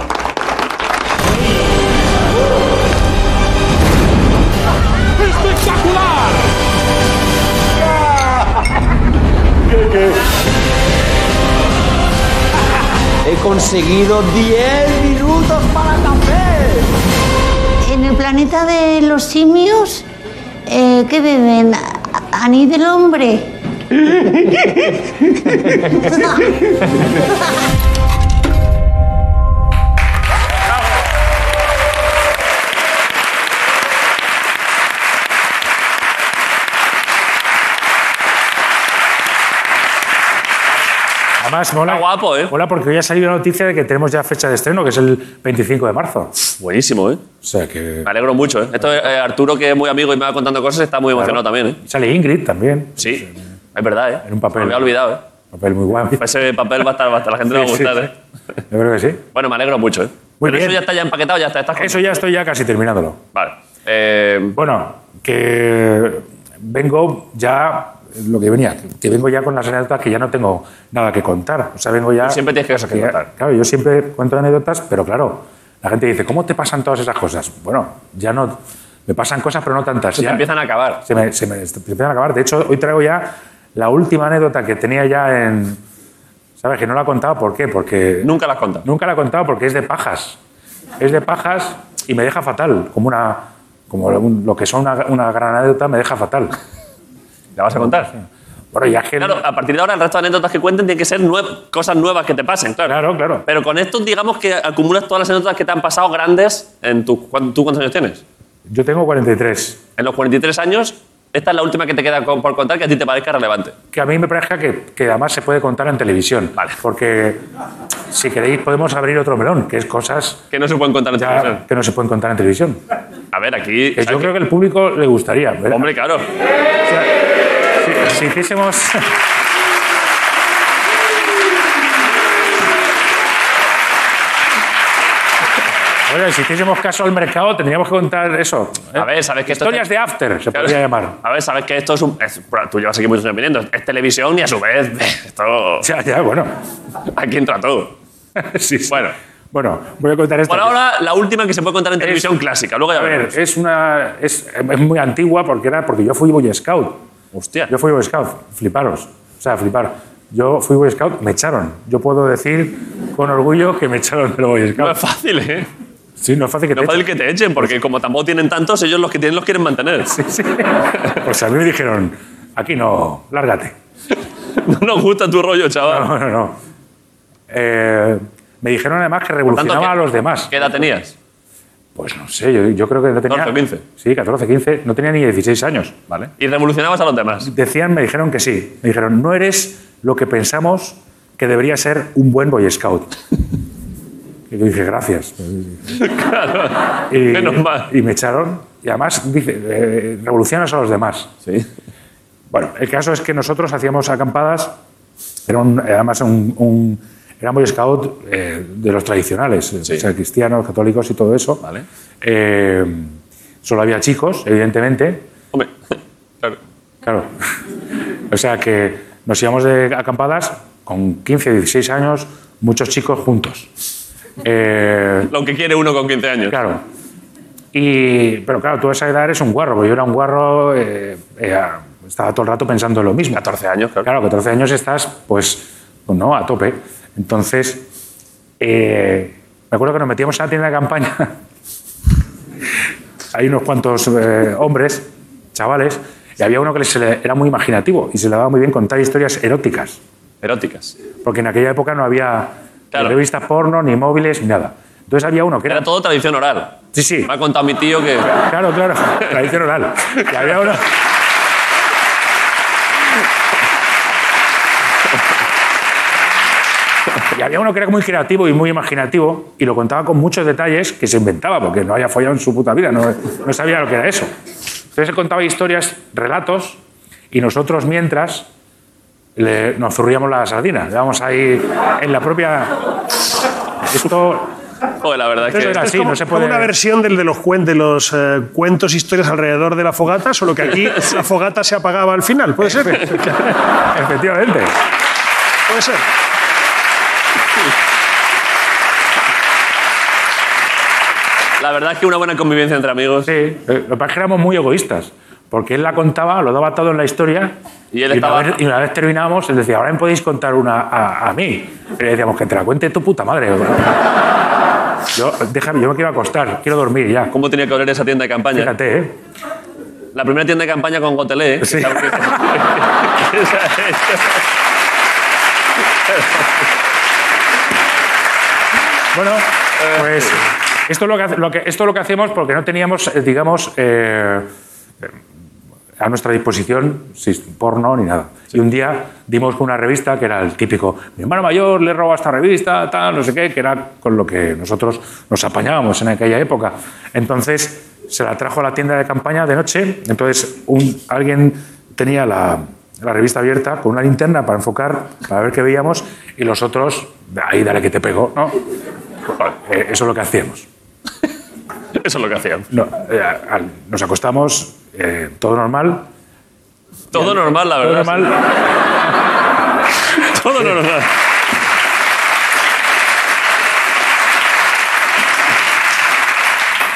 [SPEAKER 10] ¡Espectacular! He conseguido 10 minutos para café.
[SPEAKER 11] En el planeta de los simios, eh, ¿qué beben? A- Anís del hombre.
[SPEAKER 9] Además, mola.
[SPEAKER 1] guapo, ¿eh?
[SPEAKER 9] Mola porque hoy ha salido la noticia de que tenemos ya fecha de estreno, que es el 25 de marzo.
[SPEAKER 1] Buenísimo, ¿eh?
[SPEAKER 9] O sea que.
[SPEAKER 1] Me alegro mucho, ¿eh? Esto, eh, Arturo, que es muy amigo y me va contando cosas, está muy emocionado también, ¿eh?
[SPEAKER 9] Sale Ingrid también.
[SPEAKER 1] Sí, es verdad, ¿eh?
[SPEAKER 9] En un papel.
[SPEAKER 1] Me había olvidado, ¿eh?
[SPEAKER 9] Papel muy guapo.
[SPEAKER 1] Ese papel va a estar, va a estar- la gente le va a
[SPEAKER 9] Sí, sí,
[SPEAKER 1] gustar,
[SPEAKER 9] sí.
[SPEAKER 1] ¿eh?
[SPEAKER 9] Yo creo que sí.
[SPEAKER 1] Bueno, me alegro mucho, ¿eh?
[SPEAKER 9] Muy
[SPEAKER 1] Pero
[SPEAKER 9] bien.
[SPEAKER 1] eso ya está ya empaquetado, ya está. estás con-
[SPEAKER 9] Eso ya estoy ya casi terminándolo.
[SPEAKER 1] Vale. Eh,
[SPEAKER 9] Bueno, que vengo ya lo que venía, que vengo ya con las anécdotas que ya no tengo nada que contar. O sea, vengo ya.
[SPEAKER 1] Siempre tienes cosas que
[SPEAKER 9] ya-
[SPEAKER 1] contar.
[SPEAKER 9] Claro, yo siempre cuento anécdotas, pero claro, la gente dice, ¿cómo te pasan todas esas cosas? Bueno, ya no. Me pasan cosas, pero no tantas.
[SPEAKER 1] se te
[SPEAKER 9] ya,
[SPEAKER 1] empiezan a acabar.
[SPEAKER 9] se me, se me- se me empiezan a acabar. De hecho, hoy traigo ya la última anécdota que tenía ya en. ¿Sabes? Que no la he contado. ¿Por qué? Porque.
[SPEAKER 1] Nunca las contas.
[SPEAKER 9] Nunca la he contado porque es de pajas. Es de pajas y me deja fatal. Como una. Como un- lo que son una, una gran anécdota me deja fatal.
[SPEAKER 1] ¿La vas a contar?
[SPEAKER 9] Bueno, ya que.
[SPEAKER 1] Claro, a partir de ahora el resto de anécdotas que cuenten tienen que ser nue- cosas nuevas que te pasen, claro.
[SPEAKER 9] claro, claro.
[SPEAKER 1] Pero con esto digamos que acumulas todas las anécdotas que te han pasado grandes en tu... ¿cuán- ¿Tú cuántos años tienes?
[SPEAKER 9] Yo tengo 43.
[SPEAKER 1] En los 43 años, esta es la última que te queda con- por contar que a ti te parezca relevante.
[SPEAKER 9] Que a mí me parezca que, que además se puede contar en televisión.
[SPEAKER 1] Vale.
[SPEAKER 9] Porque si queréis podemos abrir otro melón, que es cosas
[SPEAKER 1] Que no se pueden contar en
[SPEAKER 9] ya
[SPEAKER 1] televisión.
[SPEAKER 9] que no se pueden contar en televisión.
[SPEAKER 1] A ver, aquí...
[SPEAKER 9] Que yo creo que al público le gustaría. ¿eh? ¿verdad?
[SPEAKER 1] Hombre, claro.
[SPEAKER 9] O sea, si, si hiciésemos. Bueno, si hiciésemos caso al mercado, tendríamos que contar eso. ¿eh?
[SPEAKER 1] A ver, sabes que esto-
[SPEAKER 9] Historias de after, se
[SPEAKER 1] Claro.
[SPEAKER 9] podría llamar.
[SPEAKER 1] A ver, sabes que esto es un... es- tú llevas aquí muchos años viniendo. Es televisión y a su vez... Esto...
[SPEAKER 9] Ya, ya, bueno.
[SPEAKER 1] Aquí entra todo.
[SPEAKER 9] Sí, sí.
[SPEAKER 1] Bueno.
[SPEAKER 9] Bueno, voy a contar esto.
[SPEAKER 1] Por ahora, la última que se puede contar en televisión clásica. Luego ya
[SPEAKER 9] A ver,
[SPEAKER 1] veremos.
[SPEAKER 9] es una. Es, es muy antigua porque era porque yo fui Boy Scout.
[SPEAKER 1] Hostia.
[SPEAKER 9] Yo fui Boy Scout, fliparos. O sea, flipar. Yo fui Boy Scout, me echaron. Yo puedo decir con orgullo que me echaron del Boy
[SPEAKER 1] No
[SPEAKER 9] Scout.
[SPEAKER 1] es fácil, ¿eh?
[SPEAKER 9] Sí, no es fácil que
[SPEAKER 1] No
[SPEAKER 9] te
[SPEAKER 1] es fácil
[SPEAKER 9] echen.
[SPEAKER 1] que te echen, porque como tampoco tienen tantos, ellos los que tienen los quieren mantener.
[SPEAKER 9] Pues a mí me dijeron, aquí no, lárgate.
[SPEAKER 1] No nos gusta tu rollo, chaval.
[SPEAKER 9] No, no, no. Eh, me dijeron además que revolucionaba a
[SPEAKER 1] ¿qué-
[SPEAKER 9] los demás.
[SPEAKER 1] ¿Qué edad tenías?
[SPEAKER 9] Pues no sé, yo, yo creo que no tenía...
[SPEAKER 1] 14, 15.
[SPEAKER 9] Sí, 14, 15. No tenía ni 16 años.
[SPEAKER 1] Vale. Y revolucionabas a los demás.
[SPEAKER 9] Decían, me dijeron que sí. Me dijeron, no eres lo que pensamos que debería ser un buen Boy Scout. Y yo dije, gracias.
[SPEAKER 1] Claro.
[SPEAKER 9] Y,
[SPEAKER 1] Menos mal.
[SPEAKER 9] y me echaron. Y además, dice, eh, revolucionas a los demás.
[SPEAKER 1] Sí.
[SPEAKER 9] Bueno, el caso es que nosotros hacíamos acampadas, era un- era más un, un- era un Boy Scout eh, de los tradicionales, eh, o sea, cristianos, católicos y todo eso.
[SPEAKER 1] Vale.
[SPEAKER 9] Eh, solo había chicos, evidentemente,
[SPEAKER 1] Hombre, claro.
[SPEAKER 9] claro. o sea que nos íbamos de acampadas con 15, 16 años, muchos chicos juntos. Eh,
[SPEAKER 1] Lo que quiere uno con 15 años.
[SPEAKER 9] Claro. Y, pero claro, tú a esa edad eres un guarro, porque yo era un guarro, eh, eh, estaba todo el rato pensando en lo mismo. 14
[SPEAKER 1] años, claro.
[SPEAKER 9] Claro, 14 años estás, pues, no, a tope. Entonces, eh, me acuerdo que nos metíamos en la tienda de campaña. Hay unos cuantos eh, hombres, chavales, y había uno que se le- era muy imaginativo y se le daba muy bien contar historias eróticas.
[SPEAKER 1] Eróticas.
[SPEAKER 9] Porque en aquella época no había
[SPEAKER 1] Claro.
[SPEAKER 9] ni revistas porno, ni móviles, ni nada. Entonces había uno que era.
[SPEAKER 1] Era todo tradición oral.
[SPEAKER 9] Sí, sí.
[SPEAKER 1] Me ha contado mi tío que.
[SPEAKER 9] Claro, claro. Tradición oral. Y había uno. Y había uno que era muy creativo y muy imaginativo y lo contaba con muchos detalles que se inventaba porque no había follado en su puta vida, no, no sabía lo que era eso. Entonces se contaba historias, relatos y nosotros mientras le- nos zurríamos la sardina. Llevamos ahí en la propia... Esto
[SPEAKER 1] Joder, la verdad es
[SPEAKER 9] Eso
[SPEAKER 1] que.
[SPEAKER 9] era así. Sí,
[SPEAKER 6] como,
[SPEAKER 9] no se
[SPEAKER 6] como
[SPEAKER 9] puede-
[SPEAKER 6] una versión del de los, cuen- de los eh, cuentos, historias alrededor de la fogata, solo que aquí la fogata se apagaba al final. ¿Puede ser?
[SPEAKER 9] Efectivamente.
[SPEAKER 6] Puede ser.
[SPEAKER 1] La verdad es que una buena convivencia entre amigos.
[SPEAKER 9] Sí, eh, lo que pasa es que éramos muy egoístas. Porque él la contaba, lo daba todo en la historia.
[SPEAKER 1] Y él
[SPEAKER 9] una
[SPEAKER 1] estaba-
[SPEAKER 9] vez, y una vez terminábamos, él decía, ahora me podéis contar una a, a mí. Y le decíamos, que te la cuente tu puta madre. Yo, déjame, yo me quiero acostar, quiero dormir ya.
[SPEAKER 1] ¿Cómo tenía que oler esa tienda de campaña?
[SPEAKER 9] Fíjate, ¿eh?
[SPEAKER 1] La primera tienda de campaña con Gotelé. ¿eh? Que está- que- que- que se ha
[SPEAKER 9] Bueno,
[SPEAKER 1] Eh,
[SPEAKER 9] pues esto es lo que, hace- lo que- esto es lo que hacemos porque no teníamos, eh, digamos, eh, eh, a nuestra disposición sí, porno ni nada. Y un día dimos con una revista que era el típico, mi hermano mayor le roba esta revista, tal, no sé qué, que era con lo que nosotros nos apañábamos en aquella época. Entonces se la trajo a la tienda de campaña de noche, entonces un- alguien tenía la, la revista abierta con una linterna para enfocar, para ver qué veíamos, y los otros, ahí dale que te pego, ¿no? Eh, Eso es lo que hacíamos.
[SPEAKER 1] hecho. Eso es lo que hacían.
[SPEAKER 9] No, eh, al- nos acostamos, eh, todo normal.
[SPEAKER 1] Todo normal, la
[SPEAKER 9] Todo
[SPEAKER 1] verdad.
[SPEAKER 9] normal.
[SPEAKER 1] Todo normal.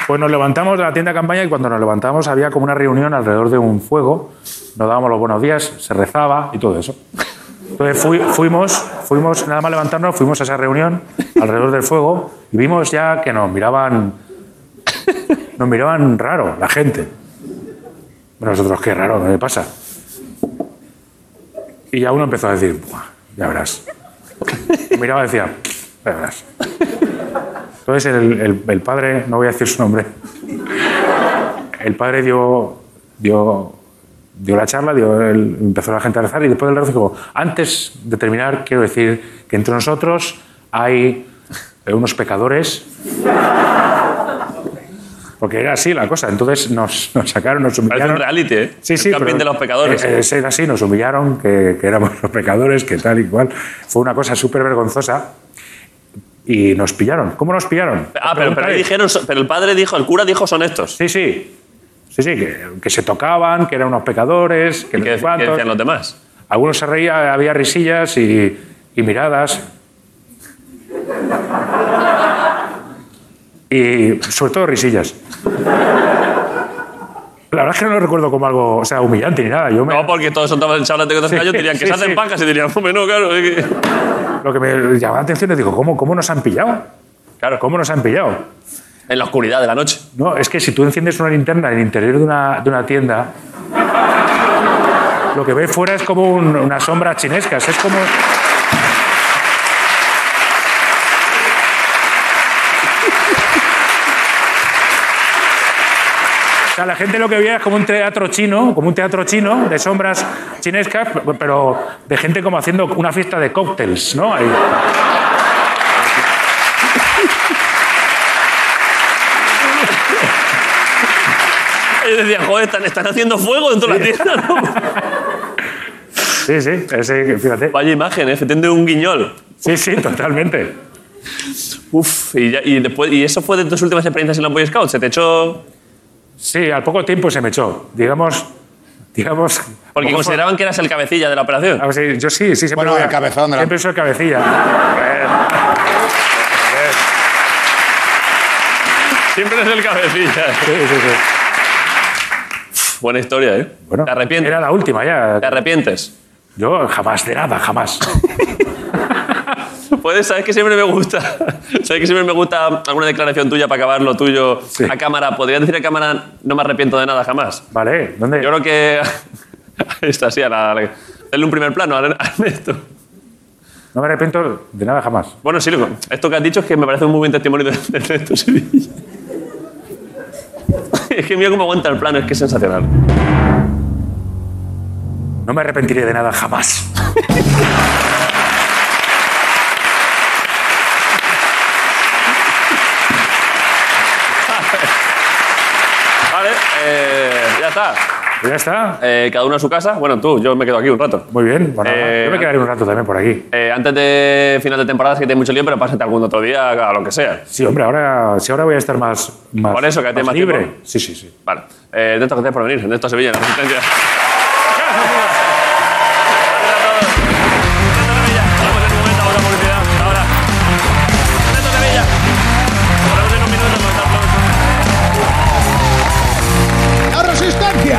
[SPEAKER 9] Pues nos levantamos de la tienda de campaña y cuando nos levantamos había como una reunión alrededor de un fuego. Nos dábamos los buenos días, se rezaba y todo eso. Entonces fui- fuimos, fuimos, nada más levantarnos, fuimos a esa reunión alrededor del fuego y vimos ya que nos miraban, nos miraban raro la gente. Nosotros, qué raro, ¿qué pasa? Y ya uno empezó a decir, "Buah, ya verás. Miraba y decía, ya verás. Entonces el, el- el padre, no voy a decir su nombre, el padre dio, dio, dio la charla, dio el- empezó la gente a rezar y después del rezo dijo, antes de terminar quiero decir que entre nosotros hay eh, unos pecadores. Porque era así la cosa, entonces nos, nos sacaron, nos
[SPEAKER 1] Parece un
[SPEAKER 9] humillaron.
[SPEAKER 1] reality, ¿eh?
[SPEAKER 9] Sí,
[SPEAKER 1] El
[SPEAKER 9] sí.
[SPEAKER 1] camping
[SPEAKER 9] pero-
[SPEAKER 1] de los pecadores. Ah,
[SPEAKER 9] Eh, eh, sí, era así, nos humillaron, que, que éramos los pecadores, que tal y cual. Fue una cosa súper vergonzosa. Y nos pillaron. ¿Cómo nos pillaron?
[SPEAKER 1] Ah, pero, pero, ahí
[SPEAKER 9] Preguntáis.
[SPEAKER 1] dijeron, so- pero el padre dijo, el cura dijo, son estos.
[SPEAKER 9] Sí, sí. Sí, sí, que, que se tocaban, que eran unos pecadores, que
[SPEAKER 1] ¿Y
[SPEAKER 9] no
[SPEAKER 1] qué
[SPEAKER 9] sé
[SPEAKER 1] dec- qué
[SPEAKER 9] cuántos.
[SPEAKER 1] decían los demás?
[SPEAKER 9] Algunos se reían, había risillas y, y miradas. Y sobre todo risillas. La verdad es que no lo recuerdo como algo, o sea, humillante ni nada. Yo me,
[SPEAKER 1] No, porque todos son chavales de 14
[SPEAKER 9] Sí,
[SPEAKER 1] años, dirían que
[SPEAKER 9] sí,
[SPEAKER 1] se hacen
[SPEAKER 9] sí.
[SPEAKER 1] pancas y dirían, hombre, no, claro. es que-".
[SPEAKER 9] Lo que me llamó la atención es, digo, ¿cómo, cómo nos han pillado? Claro, ¿cómo nos han pillado?
[SPEAKER 1] En la oscuridad de la noche.
[SPEAKER 9] No, es que si tú enciendes una linterna en el interior de una, de una tienda, lo que ves fuera es como un- unas sombras chinescas, es como... O sea, la gente lo que veía es como un teatro chino, como un teatro chino de sombras chinescas, pero de gente como haciendo una fiesta de cócteles, ¿no? Ahí.
[SPEAKER 1] Ellos decían, joder, están, están haciendo fuego dentro de la tienda. ¿no?
[SPEAKER 9] Sí, sí, ese, fíjate.
[SPEAKER 1] Vaya imagen, ¿eh? Se tiende un guiñol.
[SPEAKER 9] Sí, sí, totalmente.
[SPEAKER 1] Uf, y, ya- y después, ¿y eso fue de tus últimas experiencias en los Boy Scouts? ¿Se te echó...?
[SPEAKER 9] Sí, al poco tiempo se me echó. Digamos, digamos.
[SPEAKER 1] Porque
[SPEAKER 9] ojo,
[SPEAKER 1] consideraban que eras el cabecilla de la operación.
[SPEAKER 9] a ver, sí, yo sí, sí, siempre.
[SPEAKER 5] Bueno,
[SPEAKER 9] voy a-
[SPEAKER 5] el cabezón de la-
[SPEAKER 9] Siempre soy cabecilla.
[SPEAKER 1] Siempre eres el cabecilla.
[SPEAKER 9] Sí, sí, sí.
[SPEAKER 1] Buena historia, ¿eh?
[SPEAKER 9] Bueno,
[SPEAKER 1] ¿Te arrepientes?
[SPEAKER 9] Era la última ya.
[SPEAKER 1] ¿Te arrepientes?
[SPEAKER 9] Yo jamás de nada, jamás.
[SPEAKER 1] Puedes, Pues, sabes que siempre me gusta. Sabes que siempre me gusta alguna declaración tuya para acabar lo tuyo
[SPEAKER 9] Sí.
[SPEAKER 1] a cámara. Podrías decir a cámara, no me arrepiento de nada jamás.
[SPEAKER 9] Vale, ¿dónde?
[SPEAKER 1] Yo creo que. Esta sí, a la. a la- Dale un primer plano a Ernesto.
[SPEAKER 9] No me arrepiento de nada, jamás.
[SPEAKER 1] Bueno, sí, loco, esto que has dicho es que me parece un muy buen testimonio de de Ernesto Sevilla. Es que mira cómo aguanta el plano, es que es sensacional.
[SPEAKER 9] No me arrepentiré de nada, jamás.
[SPEAKER 1] Vale, eh, ya está.
[SPEAKER 9] Y Pues ya está.
[SPEAKER 1] Eh, cada uno a su casa. Bueno, tú, yo me quedo aquí un rato.
[SPEAKER 9] Muy bien. Bueno,
[SPEAKER 1] Eh,
[SPEAKER 9] yo me quedaré un rato también por aquí.
[SPEAKER 1] Eh, antes de final de temporada, es que tienes mucho lío, pero pásate algún otro día, a lo que sea.
[SPEAKER 9] Sí, hombre, ahora, sí, ahora voy a estar más. más
[SPEAKER 1] Por eso, que te
[SPEAKER 9] más
[SPEAKER 1] más
[SPEAKER 9] libre.
[SPEAKER 1] tiempo.
[SPEAKER 9] Sí, sí, sí.
[SPEAKER 1] Vale. Eh, Ernesto, gracias por venir. Ernesto Sevilla, en la resistencia.
[SPEAKER 5] ¡La resistencia!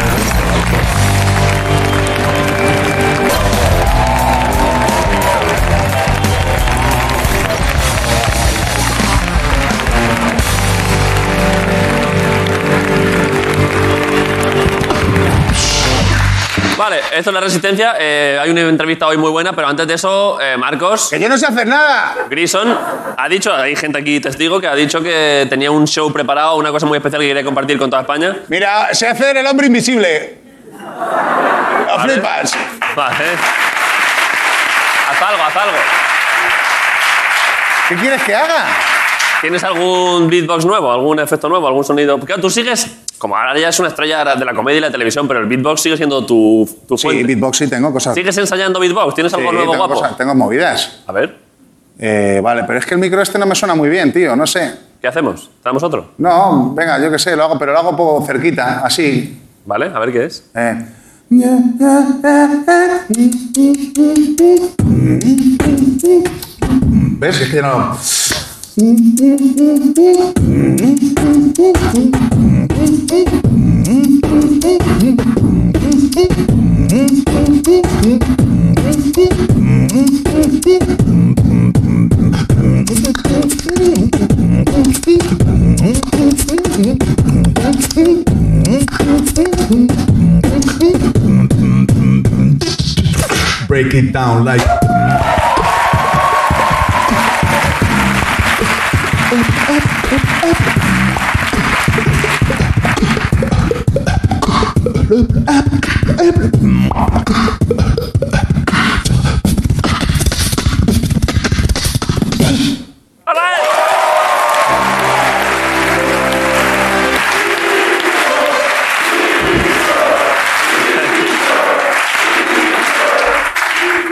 [SPEAKER 1] esto es la resistencia. eh, hay una entrevista hoy muy buena, pero antes de eso, eh, Marcos.
[SPEAKER 5] ¡Que yo no sé hacer nada!
[SPEAKER 1] Grison ha dicho, hay gente aquí testigo que ha dicho que tenía un show preparado, una cosa muy especial que quería compartir con toda España.
[SPEAKER 5] Mira, sé hacer el hombre invisible. No
[SPEAKER 1] Vale.
[SPEAKER 5] flipas.
[SPEAKER 1] Vale. Haz algo, haz algo.
[SPEAKER 5] ¿Qué quieres que haga?
[SPEAKER 1] ¿Tienes algún beatbox nuevo, algún efecto nuevo, algún sonido? Porque claro, tú sigues, como ahora ya es una estrella de la comedia y la televisión, pero el beatbox sigue siendo tu, tu
[SPEAKER 5] Sí,
[SPEAKER 1] fuente.
[SPEAKER 5] beatbox sí tengo cosas.
[SPEAKER 1] ¿Sigues ensayando beatbox? ¿Tienes Pues algo
[SPEAKER 5] Sí,
[SPEAKER 1] nuevo
[SPEAKER 5] tengo
[SPEAKER 1] guapo?
[SPEAKER 5] cosas, tengo movidas.
[SPEAKER 1] A ver,
[SPEAKER 5] Eh, vale, pero es que el micro este no me suena muy bien, tío, no sé.
[SPEAKER 1] ¿qué hacemos? ¿Traemos otro?
[SPEAKER 5] No, venga, yo qué sé, lo hago, pero lo hago poco cerquita, así.
[SPEAKER 1] ¿Vale? A ver qué es.
[SPEAKER 5] Eh. ¿Ves? Es que no.
[SPEAKER 12] Break it down like.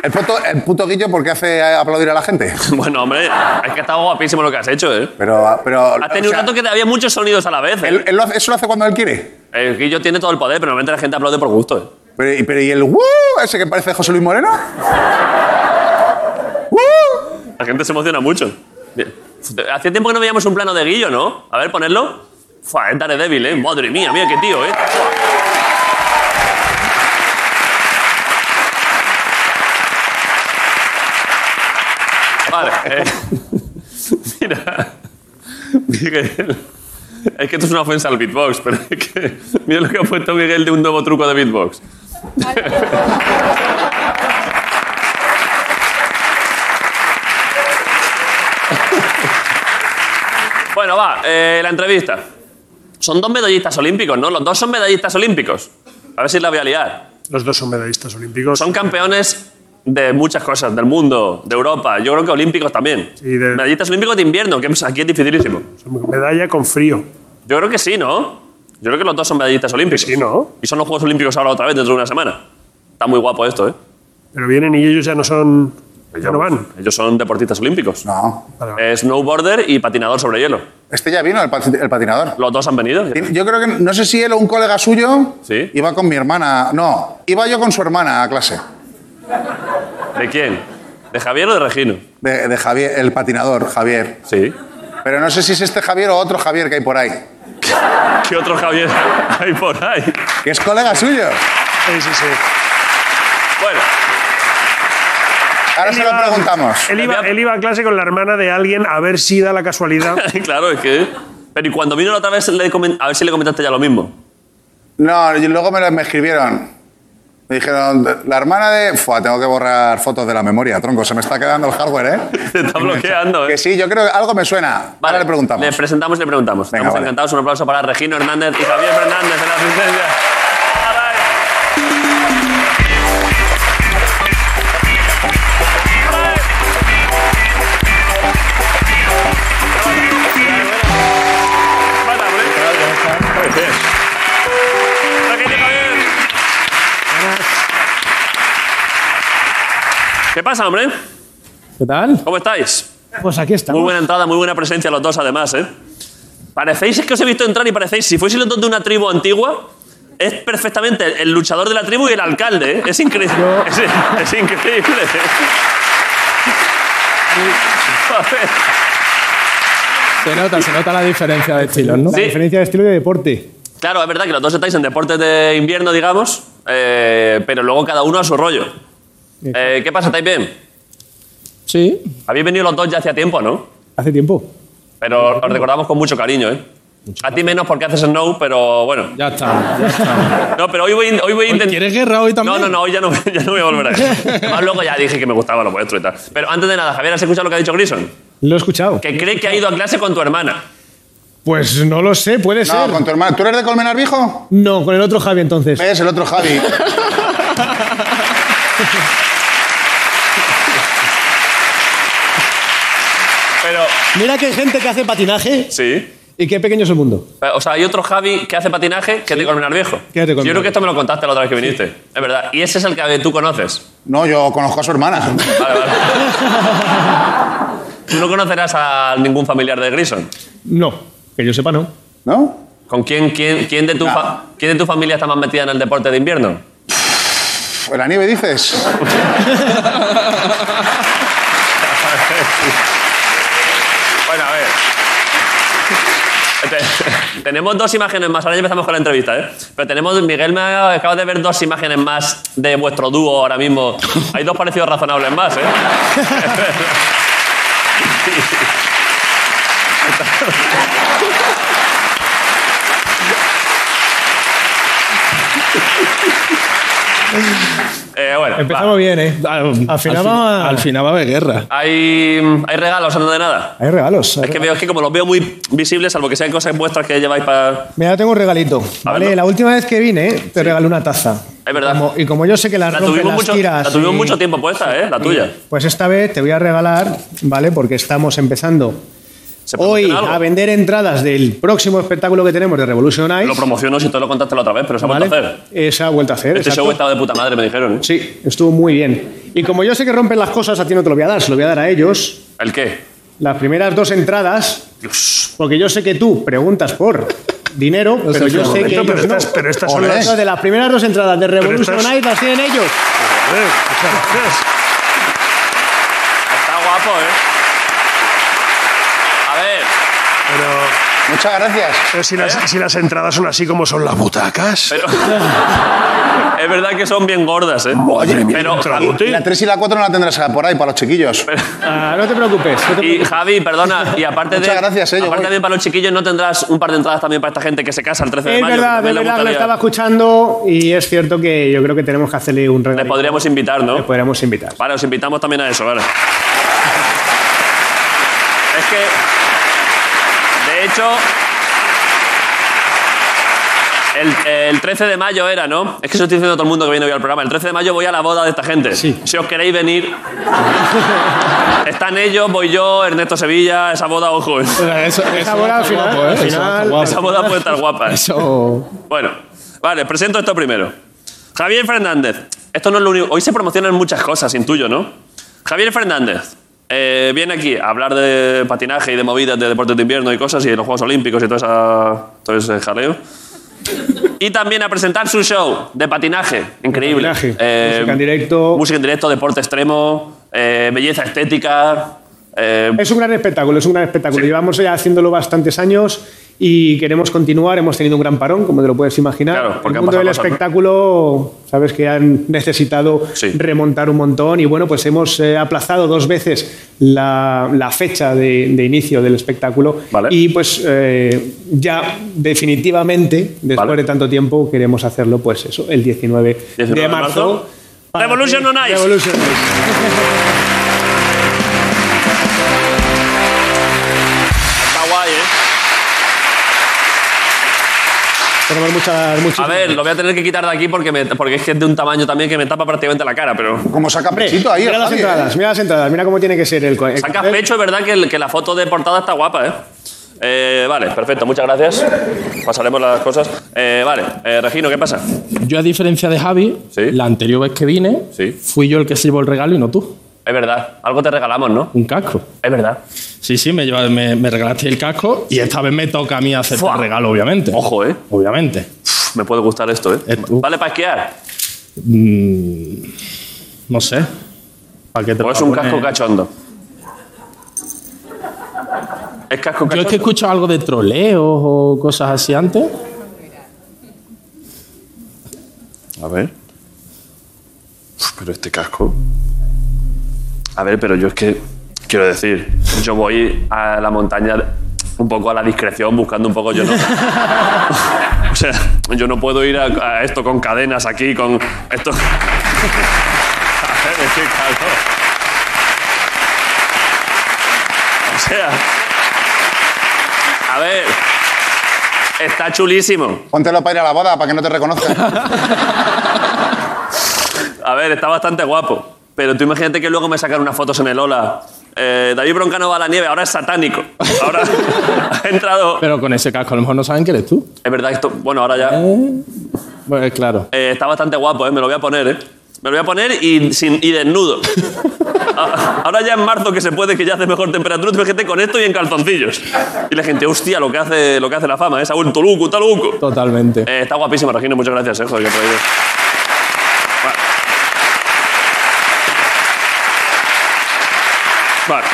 [SPEAKER 5] El puto, el puto guillo, ¿por qué hace aplaudir a la gente?
[SPEAKER 1] bueno, hombre, es que está guapísimo lo que has hecho, ¿eh?
[SPEAKER 5] Pero. pero
[SPEAKER 1] Has tenido
[SPEAKER 5] o sea,
[SPEAKER 1] un rato que había muchos sonidos a la vez. ¿eh?
[SPEAKER 5] él- él lo hace- eso lo hace cuando él quiere.
[SPEAKER 1] El Guillo tiene todo el poder, pero normalmente la gente aplaude por gusto, ¿eh?
[SPEAKER 5] Pero, y- pero ¿y el ¡Woo! ese que parece José Luis Moreno? ¡Woo!
[SPEAKER 1] La gente se emociona mucho. Bien. Hacía tiempo que no veíamos un plano de Guillo, ¿no? A ver, ponerlo. Fua, es Daredevil, ¿eh? Madre mía, mira qué tío, ¿eh? Fua. Vale. eh, mira. Miguel. Es que esto es una ofensa al beatbox, pero es que. Mira lo que ha puesto Miguel de un nuevo truco de beatbox. Bueno, va, eh, la entrevista. Son dos medallistas olímpicos, ¿no? Los dos son medallistas olímpicos. A ver si la voy a liar.
[SPEAKER 6] Los dos son medallistas olímpicos.
[SPEAKER 1] Son campeones de muchas cosas, del mundo, de Europa. Yo creo que olímpicos también.
[SPEAKER 6] Sí, de-
[SPEAKER 1] Medallistas olímpicos de invierno, que pues, aquí es dificilísimo.
[SPEAKER 6] Medalla con frío.
[SPEAKER 1] Yo creo que sí, ¿no? Yo creo que los dos son medallistas olímpicos.
[SPEAKER 6] Sí, ¿no?
[SPEAKER 1] Y son los Juegos Olímpicos ahora otra vez dentro de una semana. Está muy guapo esto, ¿eh?
[SPEAKER 6] Pero vienen y ellos ya no son. Ya no van.
[SPEAKER 1] Ellos son deportistas olímpicos.
[SPEAKER 5] No.
[SPEAKER 1] Eh, Snowboarder y patinador sobre hielo.
[SPEAKER 5] Este ya vino, el, pat- el patinador.
[SPEAKER 1] Los dos han venido.
[SPEAKER 5] Yo creo que no sé si él o un colega suyo
[SPEAKER 1] Sí.
[SPEAKER 5] iba con mi hermana. No, iba yo con su hermana a clase.
[SPEAKER 1] ¿De quién? ¿De Javier o de Regino?
[SPEAKER 5] De, de Javier, el patinador, Javier.
[SPEAKER 1] Sí.
[SPEAKER 5] Pero no sé si es este Javier o otro Javier que hay por ahí.
[SPEAKER 1] ¿Qué otro Javier hay por ahí?
[SPEAKER 5] Que es colega suyo.
[SPEAKER 6] Sí, sí, sí.
[SPEAKER 1] Bueno,
[SPEAKER 5] Ahora se lo preguntamos.
[SPEAKER 6] Ah, Él iba, él iba a clase con la hermana de alguien a ver si da la casualidad.
[SPEAKER 1] claro, es que. Pero y cuando vino la otra vez, le comen- a ver si le comentaste ya lo mismo.
[SPEAKER 5] No, y luego me, lo- me escribieron. Me dijeron, la hermana de... Fua, tengo que borrar fotos de la memoria, tronco. Se me está quedando el hardware, ¿eh?
[SPEAKER 1] Te está bloqueando, ¿eh?
[SPEAKER 5] Que sí, yo creo que algo me suena. Ahora le preguntamos.
[SPEAKER 1] Le presentamos y le preguntamos.
[SPEAKER 5] Venga,
[SPEAKER 1] Estamos
[SPEAKER 5] vale.
[SPEAKER 1] encantados. Un aplauso para Regino Hernández y Javier Fernández en la asistencia. ¡Caray! ¡Caray! Vale, hombre. Muy bien. Raquel y Javier. ¿Qué pasa, hombre?
[SPEAKER 4] ¿Qué tal?
[SPEAKER 1] ¿Cómo estáis?
[SPEAKER 4] Pues aquí
[SPEAKER 1] Muy
[SPEAKER 4] estamos.
[SPEAKER 1] buena entrada, muy buena presencia los dos, además, ¿eh? Parecéis, es que os he visto entrar y parecéis, si fueseis los dos de una tribu antigua, es perfectamente el luchador de la tribu y el alcalde, ¿eh? Es increíble. Es, es increíble. ¿eh? Joder.
[SPEAKER 13] Se nota, se nota la diferencia de estilos, ¿no?
[SPEAKER 1] Sí.
[SPEAKER 13] La diferencia de estilo y de deporte.
[SPEAKER 1] Claro, es verdad que los dos estáis en deportes de invierno, digamos, eh, pero luego cada uno a su rollo. Eh, ¿Qué pasa? ¿Estáis bien?
[SPEAKER 13] Sí.
[SPEAKER 1] Habéis venido los dos ya hacía tiempo, ¿no?
[SPEAKER 13] Hace tiempo.
[SPEAKER 1] Pero os recordamos con mucho cariño, ¿eh? A ti menos porque haces snow, pero bueno.
[SPEAKER 13] Ya está.
[SPEAKER 1] No, pero hoy voy, hoy voy a intentar.
[SPEAKER 13] ¿Quieres guerra hoy también?
[SPEAKER 1] No, no, no, hoy ya no, ya no voy a volver a eso. Además, luego ya dije que me gustaba lo vuestro y tal. Pero antes de nada, Javier, ¿has escuchado lo que ha dicho Grison?
[SPEAKER 13] Lo he escuchado.
[SPEAKER 1] Que cree que ha ido a clase con tu hermana.
[SPEAKER 13] Pues no lo sé, puede ser.
[SPEAKER 5] No, con tu hermano. ¿Tú eres de Colmenar Viejo?
[SPEAKER 13] No, con el otro Javi entonces.
[SPEAKER 5] ¿Ves? El otro Javi.
[SPEAKER 1] Pero.
[SPEAKER 13] Mira que hay gente que hace patinaje
[SPEAKER 1] Sí.
[SPEAKER 13] y qué pequeño es el mundo.
[SPEAKER 1] O sea, hay otro Javi que hace patinaje que te colmenar viejo.
[SPEAKER 13] Que es de Colmenar
[SPEAKER 1] Yo creo que
[SPEAKER 13] Viejo.
[SPEAKER 1] esto me lo contaste la otra vez que viniste. Es verdad. Y ese es el que tú conoces.
[SPEAKER 5] No, yo conozco a su hermana.
[SPEAKER 1] Vale, vale. tú no conocerás a ningún familiar de Grison.
[SPEAKER 13] No, que yo sepa no.
[SPEAKER 5] ¿No?
[SPEAKER 1] ¿Con quién, quién, quién, de tu fa- quién de tu familia está más metida en el deporte de invierno?
[SPEAKER 5] Pff, Pues ¿La nieve dices?
[SPEAKER 1] Bueno, a ver. Te- Este, tenemos dos imágenes más. Ahora ya empezamos con la entrevista, ¿eh? Pero tenemos, Miguel, me ha- acaba de ver dos imágenes más de vuestro dúo ahora mismo. Hay dos parecidos razonables más, ¿eh? Eh, bueno, va.
[SPEAKER 13] Empezamos bien, ¿eh? Al, final vamos a... al final va a haber guerra.
[SPEAKER 1] ¿Hay, hay regalos antes de nada.
[SPEAKER 13] Hay regalos. hay
[SPEAKER 1] Es que
[SPEAKER 13] regalos.
[SPEAKER 1] veo es que como los veo muy visibles, salvo que sean cosas vuestras que lleváis para.
[SPEAKER 13] Mira, tengo un regalito. Vale, la última vez que vine te regalé una taza.
[SPEAKER 1] Es verdad.
[SPEAKER 13] Como- y como yo sé que la,
[SPEAKER 1] La
[SPEAKER 13] rompen
[SPEAKER 1] tuvimos,
[SPEAKER 13] las
[SPEAKER 1] mucho,
[SPEAKER 13] tiras
[SPEAKER 1] la tuvimos
[SPEAKER 13] y-
[SPEAKER 1] mucho tiempo puesta, ¿eh? La tuya.
[SPEAKER 13] Pues esta vez te voy a regalar, ¿vale? Porque estamos empezando
[SPEAKER 1] ¿Se
[SPEAKER 13] hoy
[SPEAKER 1] promociona algo?
[SPEAKER 13] a vender entradas del próximo espectáculo que tenemos de Revolution Ice.
[SPEAKER 1] Lo promociono si tú lo contaste la otra vez, pero se ha vuelto a hacer.
[SPEAKER 13] Se ha vuelto a hacer.
[SPEAKER 1] Este
[SPEAKER 13] exacto.
[SPEAKER 1] show estaba de puta madre, me dijeron. ¿eh?
[SPEAKER 13] Sí, estuvo muy bien. Y como yo sé que rompen las cosas, a ti no te lo voy a dar, se lo voy a dar a ellos.
[SPEAKER 1] ¿El qué?
[SPEAKER 13] Las primeras dos entradas, porque yo sé que tú preguntas por dinero, pero
[SPEAKER 6] sé
[SPEAKER 13] yo
[SPEAKER 6] qué
[SPEAKER 13] sé que
[SPEAKER 6] momento,
[SPEAKER 13] ellos
[SPEAKER 6] pero
[SPEAKER 13] no.
[SPEAKER 6] estas- pero estas son
[SPEAKER 13] Olé.
[SPEAKER 6] las-
[SPEAKER 13] de las primeras dos entradas de Revolution
[SPEAKER 6] estas-
[SPEAKER 13] Night las tienen ellos.
[SPEAKER 6] Joder, muchas gracias.
[SPEAKER 1] Está guapo, ¿eh? A ver.
[SPEAKER 6] Pero,
[SPEAKER 5] Muchas gracias.
[SPEAKER 6] pero si, las, si las entradas son así como son las butacas.
[SPEAKER 1] Pero... es verdad que son bien gordas, ¿eh? pero, Javi,
[SPEAKER 5] Y la 3 y la 4 no la tendrás por ahí, para los chiquillos.
[SPEAKER 13] Ah, no te preocupes. no te
[SPEAKER 1] y,
[SPEAKER 13] preocupes.
[SPEAKER 1] Javi, perdona, y aparte de.
[SPEAKER 5] Muchas gracias, eh, yo
[SPEAKER 1] Aparte
[SPEAKER 5] voy.
[SPEAKER 1] también para los chiquillos, ¿no tendrás un par de entradas también para esta gente que se casa el 13 de
[SPEAKER 13] Es
[SPEAKER 1] mayo? que
[SPEAKER 13] verdad, de
[SPEAKER 1] también le
[SPEAKER 13] verdad, lo
[SPEAKER 1] gustaría?
[SPEAKER 13] estaba escuchando y es cierto que yo creo que tenemos que hacerle un regalo.
[SPEAKER 1] Le podríamos invitar, ¿no?
[SPEAKER 13] Le podríamos invitar.
[SPEAKER 1] Vale, os invitamos también a eso, vale. es que. De hecho. El, el 13 de mayo era, ¿no? Es que eso estoy diciendo a todo el mundo que viene hoy al programa. El 13 de mayo voy a la boda de esta gente.
[SPEAKER 13] Sí.
[SPEAKER 1] Si os queréis venir. Están ellos, voy yo, Ernesto Sevilla, esa boda, ojo. Esa
[SPEAKER 13] Eso,
[SPEAKER 4] eso boda al está final- guapo, ¿eh? al Eso final- está guapo.
[SPEAKER 1] boda puede estar guapa. Bueno, vale, presento esto primero. Javier Fernández. Esto no es lo único. Hoy se promocionan muchas cosas, intuyo, ¿no? Javier Fernández. eh, viene aquí a hablar de patinaje y de movidas de deportes de invierno y cosas y de los Juegos Olímpicos y todo, esa, todo ese jaleo. Y también a presentar su show de patinaje. Increíble. Eh,
[SPEAKER 13] patinaje. Música en directo.
[SPEAKER 1] Música en directo, deporte extremo, eh, belleza estética. eh,
[SPEAKER 13] Es un gran espectáculo, es un gran espectáculo. Llevamos ya haciéndolo bastantes años y queremos continuar. Hemos tenido un gran parón, como te lo puedes imaginar.
[SPEAKER 1] Claro, porque
[SPEAKER 13] el
[SPEAKER 1] han
[SPEAKER 13] mundo
[SPEAKER 1] pasado
[SPEAKER 13] del
[SPEAKER 1] cosas, ¿no?
[SPEAKER 13] espectáculo, sabes que han necesitado
[SPEAKER 1] Sí.
[SPEAKER 13] remontar un montón y bueno, pues hemos eh, aplazado dos veces la, la fecha de, de inicio del espectáculo
[SPEAKER 1] Vale.
[SPEAKER 13] y pues eh, ya definitivamente, después
[SPEAKER 1] Vale.
[SPEAKER 13] de tanto tiempo, queremos hacerlo pues eso, el 19,
[SPEAKER 1] 19 de
[SPEAKER 13] de
[SPEAKER 1] marzo.
[SPEAKER 13] marzo. para
[SPEAKER 1] Revolution
[SPEAKER 13] que-
[SPEAKER 1] on Ice.
[SPEAKER 13] Revolution on Ice.
[SPEAKER 1] está guay, ¿eh?
[SPEAKER 13] Tenemos muchas, muchas-
[SPEAKER 1] A ver, lo voy a tener que quitar de aquí porque, me- porque es que es de un tamaño también que me tapa prácticamente la cara, pero...
[SPEAKER 5] Como saca
[SPEAKER 13] Hombre,
[SPEAKER 5] pechito ahí.
[SPEAKER 13] mira
[SPEAKER 5] el
[SPEAKER 13] las
[SPEAKER 5] Javi, ¿eh?
[SPEAKER 13] entradas, mira las entradas, mira cómo tiene que ser el. co- el
[SPEAKER 1] Sacas
[SPEAKER 13] cartel.
[SPEAKER 1] pecho, es verdad que, el- que la foto de portada está guapa, ¿eh? Eh, vale, perfecto, muchas gracias. Pasaremos las cosas. Eh, vale, eh, Regino, ¿qué pasa?
[SPEAKER 14] Yo, a diferencia de Javi,
[SPEAKER 1] Sí.
[SPEAKER 14] la anterior vez que vine,
[SPEAKER 1] Sí.
[SPEAKER 14] fui yo el que se llevó el regalo y no tú.
[SPEAKER 1] Es verdad, algo te regalamos, ¿no?
[SPEAKER 14] Un casco.
[SPEAKER 1] Es verdad.
[SPEAKER 14] Sí, sí, me, lleva- me, me regalaste el casco y esta vez me toca a mí hacer
[SPEAKER 1] Fua.
[SPEAKER 14] el regalo, obviamente.
[SPEAKER 1] Ojo, ¿eh?
[SPEAKER 14] Obviamente.
[SPEAKER 1] Pff, Me puede gustar esto, ¿eh?
[SPEAKER 14] Eh, tú.
[SPEAKER 1] ¿Vale para esquiar?
[SPEAKER 14] Mm, no sé. ¿Para qué te
[SPEAKER 1] ¿O
[SPEAKER 14] lo
[SPEAKER 1] es Pues un
[SPEAKER 14] voy a
[SPEAKER 1] casco
[SPEAKER 14] poner?
[SPEAKER 1] cachondo? ¿Es casco
[SPEAKER 14] Yo es que he
[SPEAKER 1] cachondo?
[SPEAKER 14] escuchado algo de troleos o cosas así antes.
[SPEAKER 1] A ver. Uf, Pero este casco. A ver, pero yo es que. Quiero decir, yo voy a la montaña. un poco a la discreción, buscando un poco yo no. o sea, yo no puedo ir a, a esto con cadenas aquí, con esto. Es que, claro. O sea. A ver. Está chulísimo.
[SPEAKER 5] ¿eh? Póntelo para ir a la boda, para que no te reconozcan.
[SPEAKER 1] A ver, está bastante guapo. Pero tú imagínate que luego me sacan unas fotos en el Ola. Eh, David Broncano va a la nieve, ahora es satánico. Ahora ha entrado.
[SPEAKER 14] Pero con ese casco a lo mejor no saben que eres tú.
[SPEAKER 1] Es verdad, esto. Bueno, ahora ya.
[SPEAKER 14] Pues claro.
[SPEAKER 1] Eh, está bastante guapo, ¿eh? me lo voy a poner, ¿eh? Me lo voy a poner y, sin, y desnudo. A- Ahora ya en marzo que se puede, que ya hace mejor temperatura, tú gente con esto y en calzoncillos. Y la gente, hostia, lo que hace, lo que hace la fama, ¿eh? Saúl Toluco, Toluco.
[SPEAKER 14] Totalmente.
[SPEAKER 1] Eh, está guapísima, Regina, muchas gracias, eh, joder, que por ahí- Vale. Vale.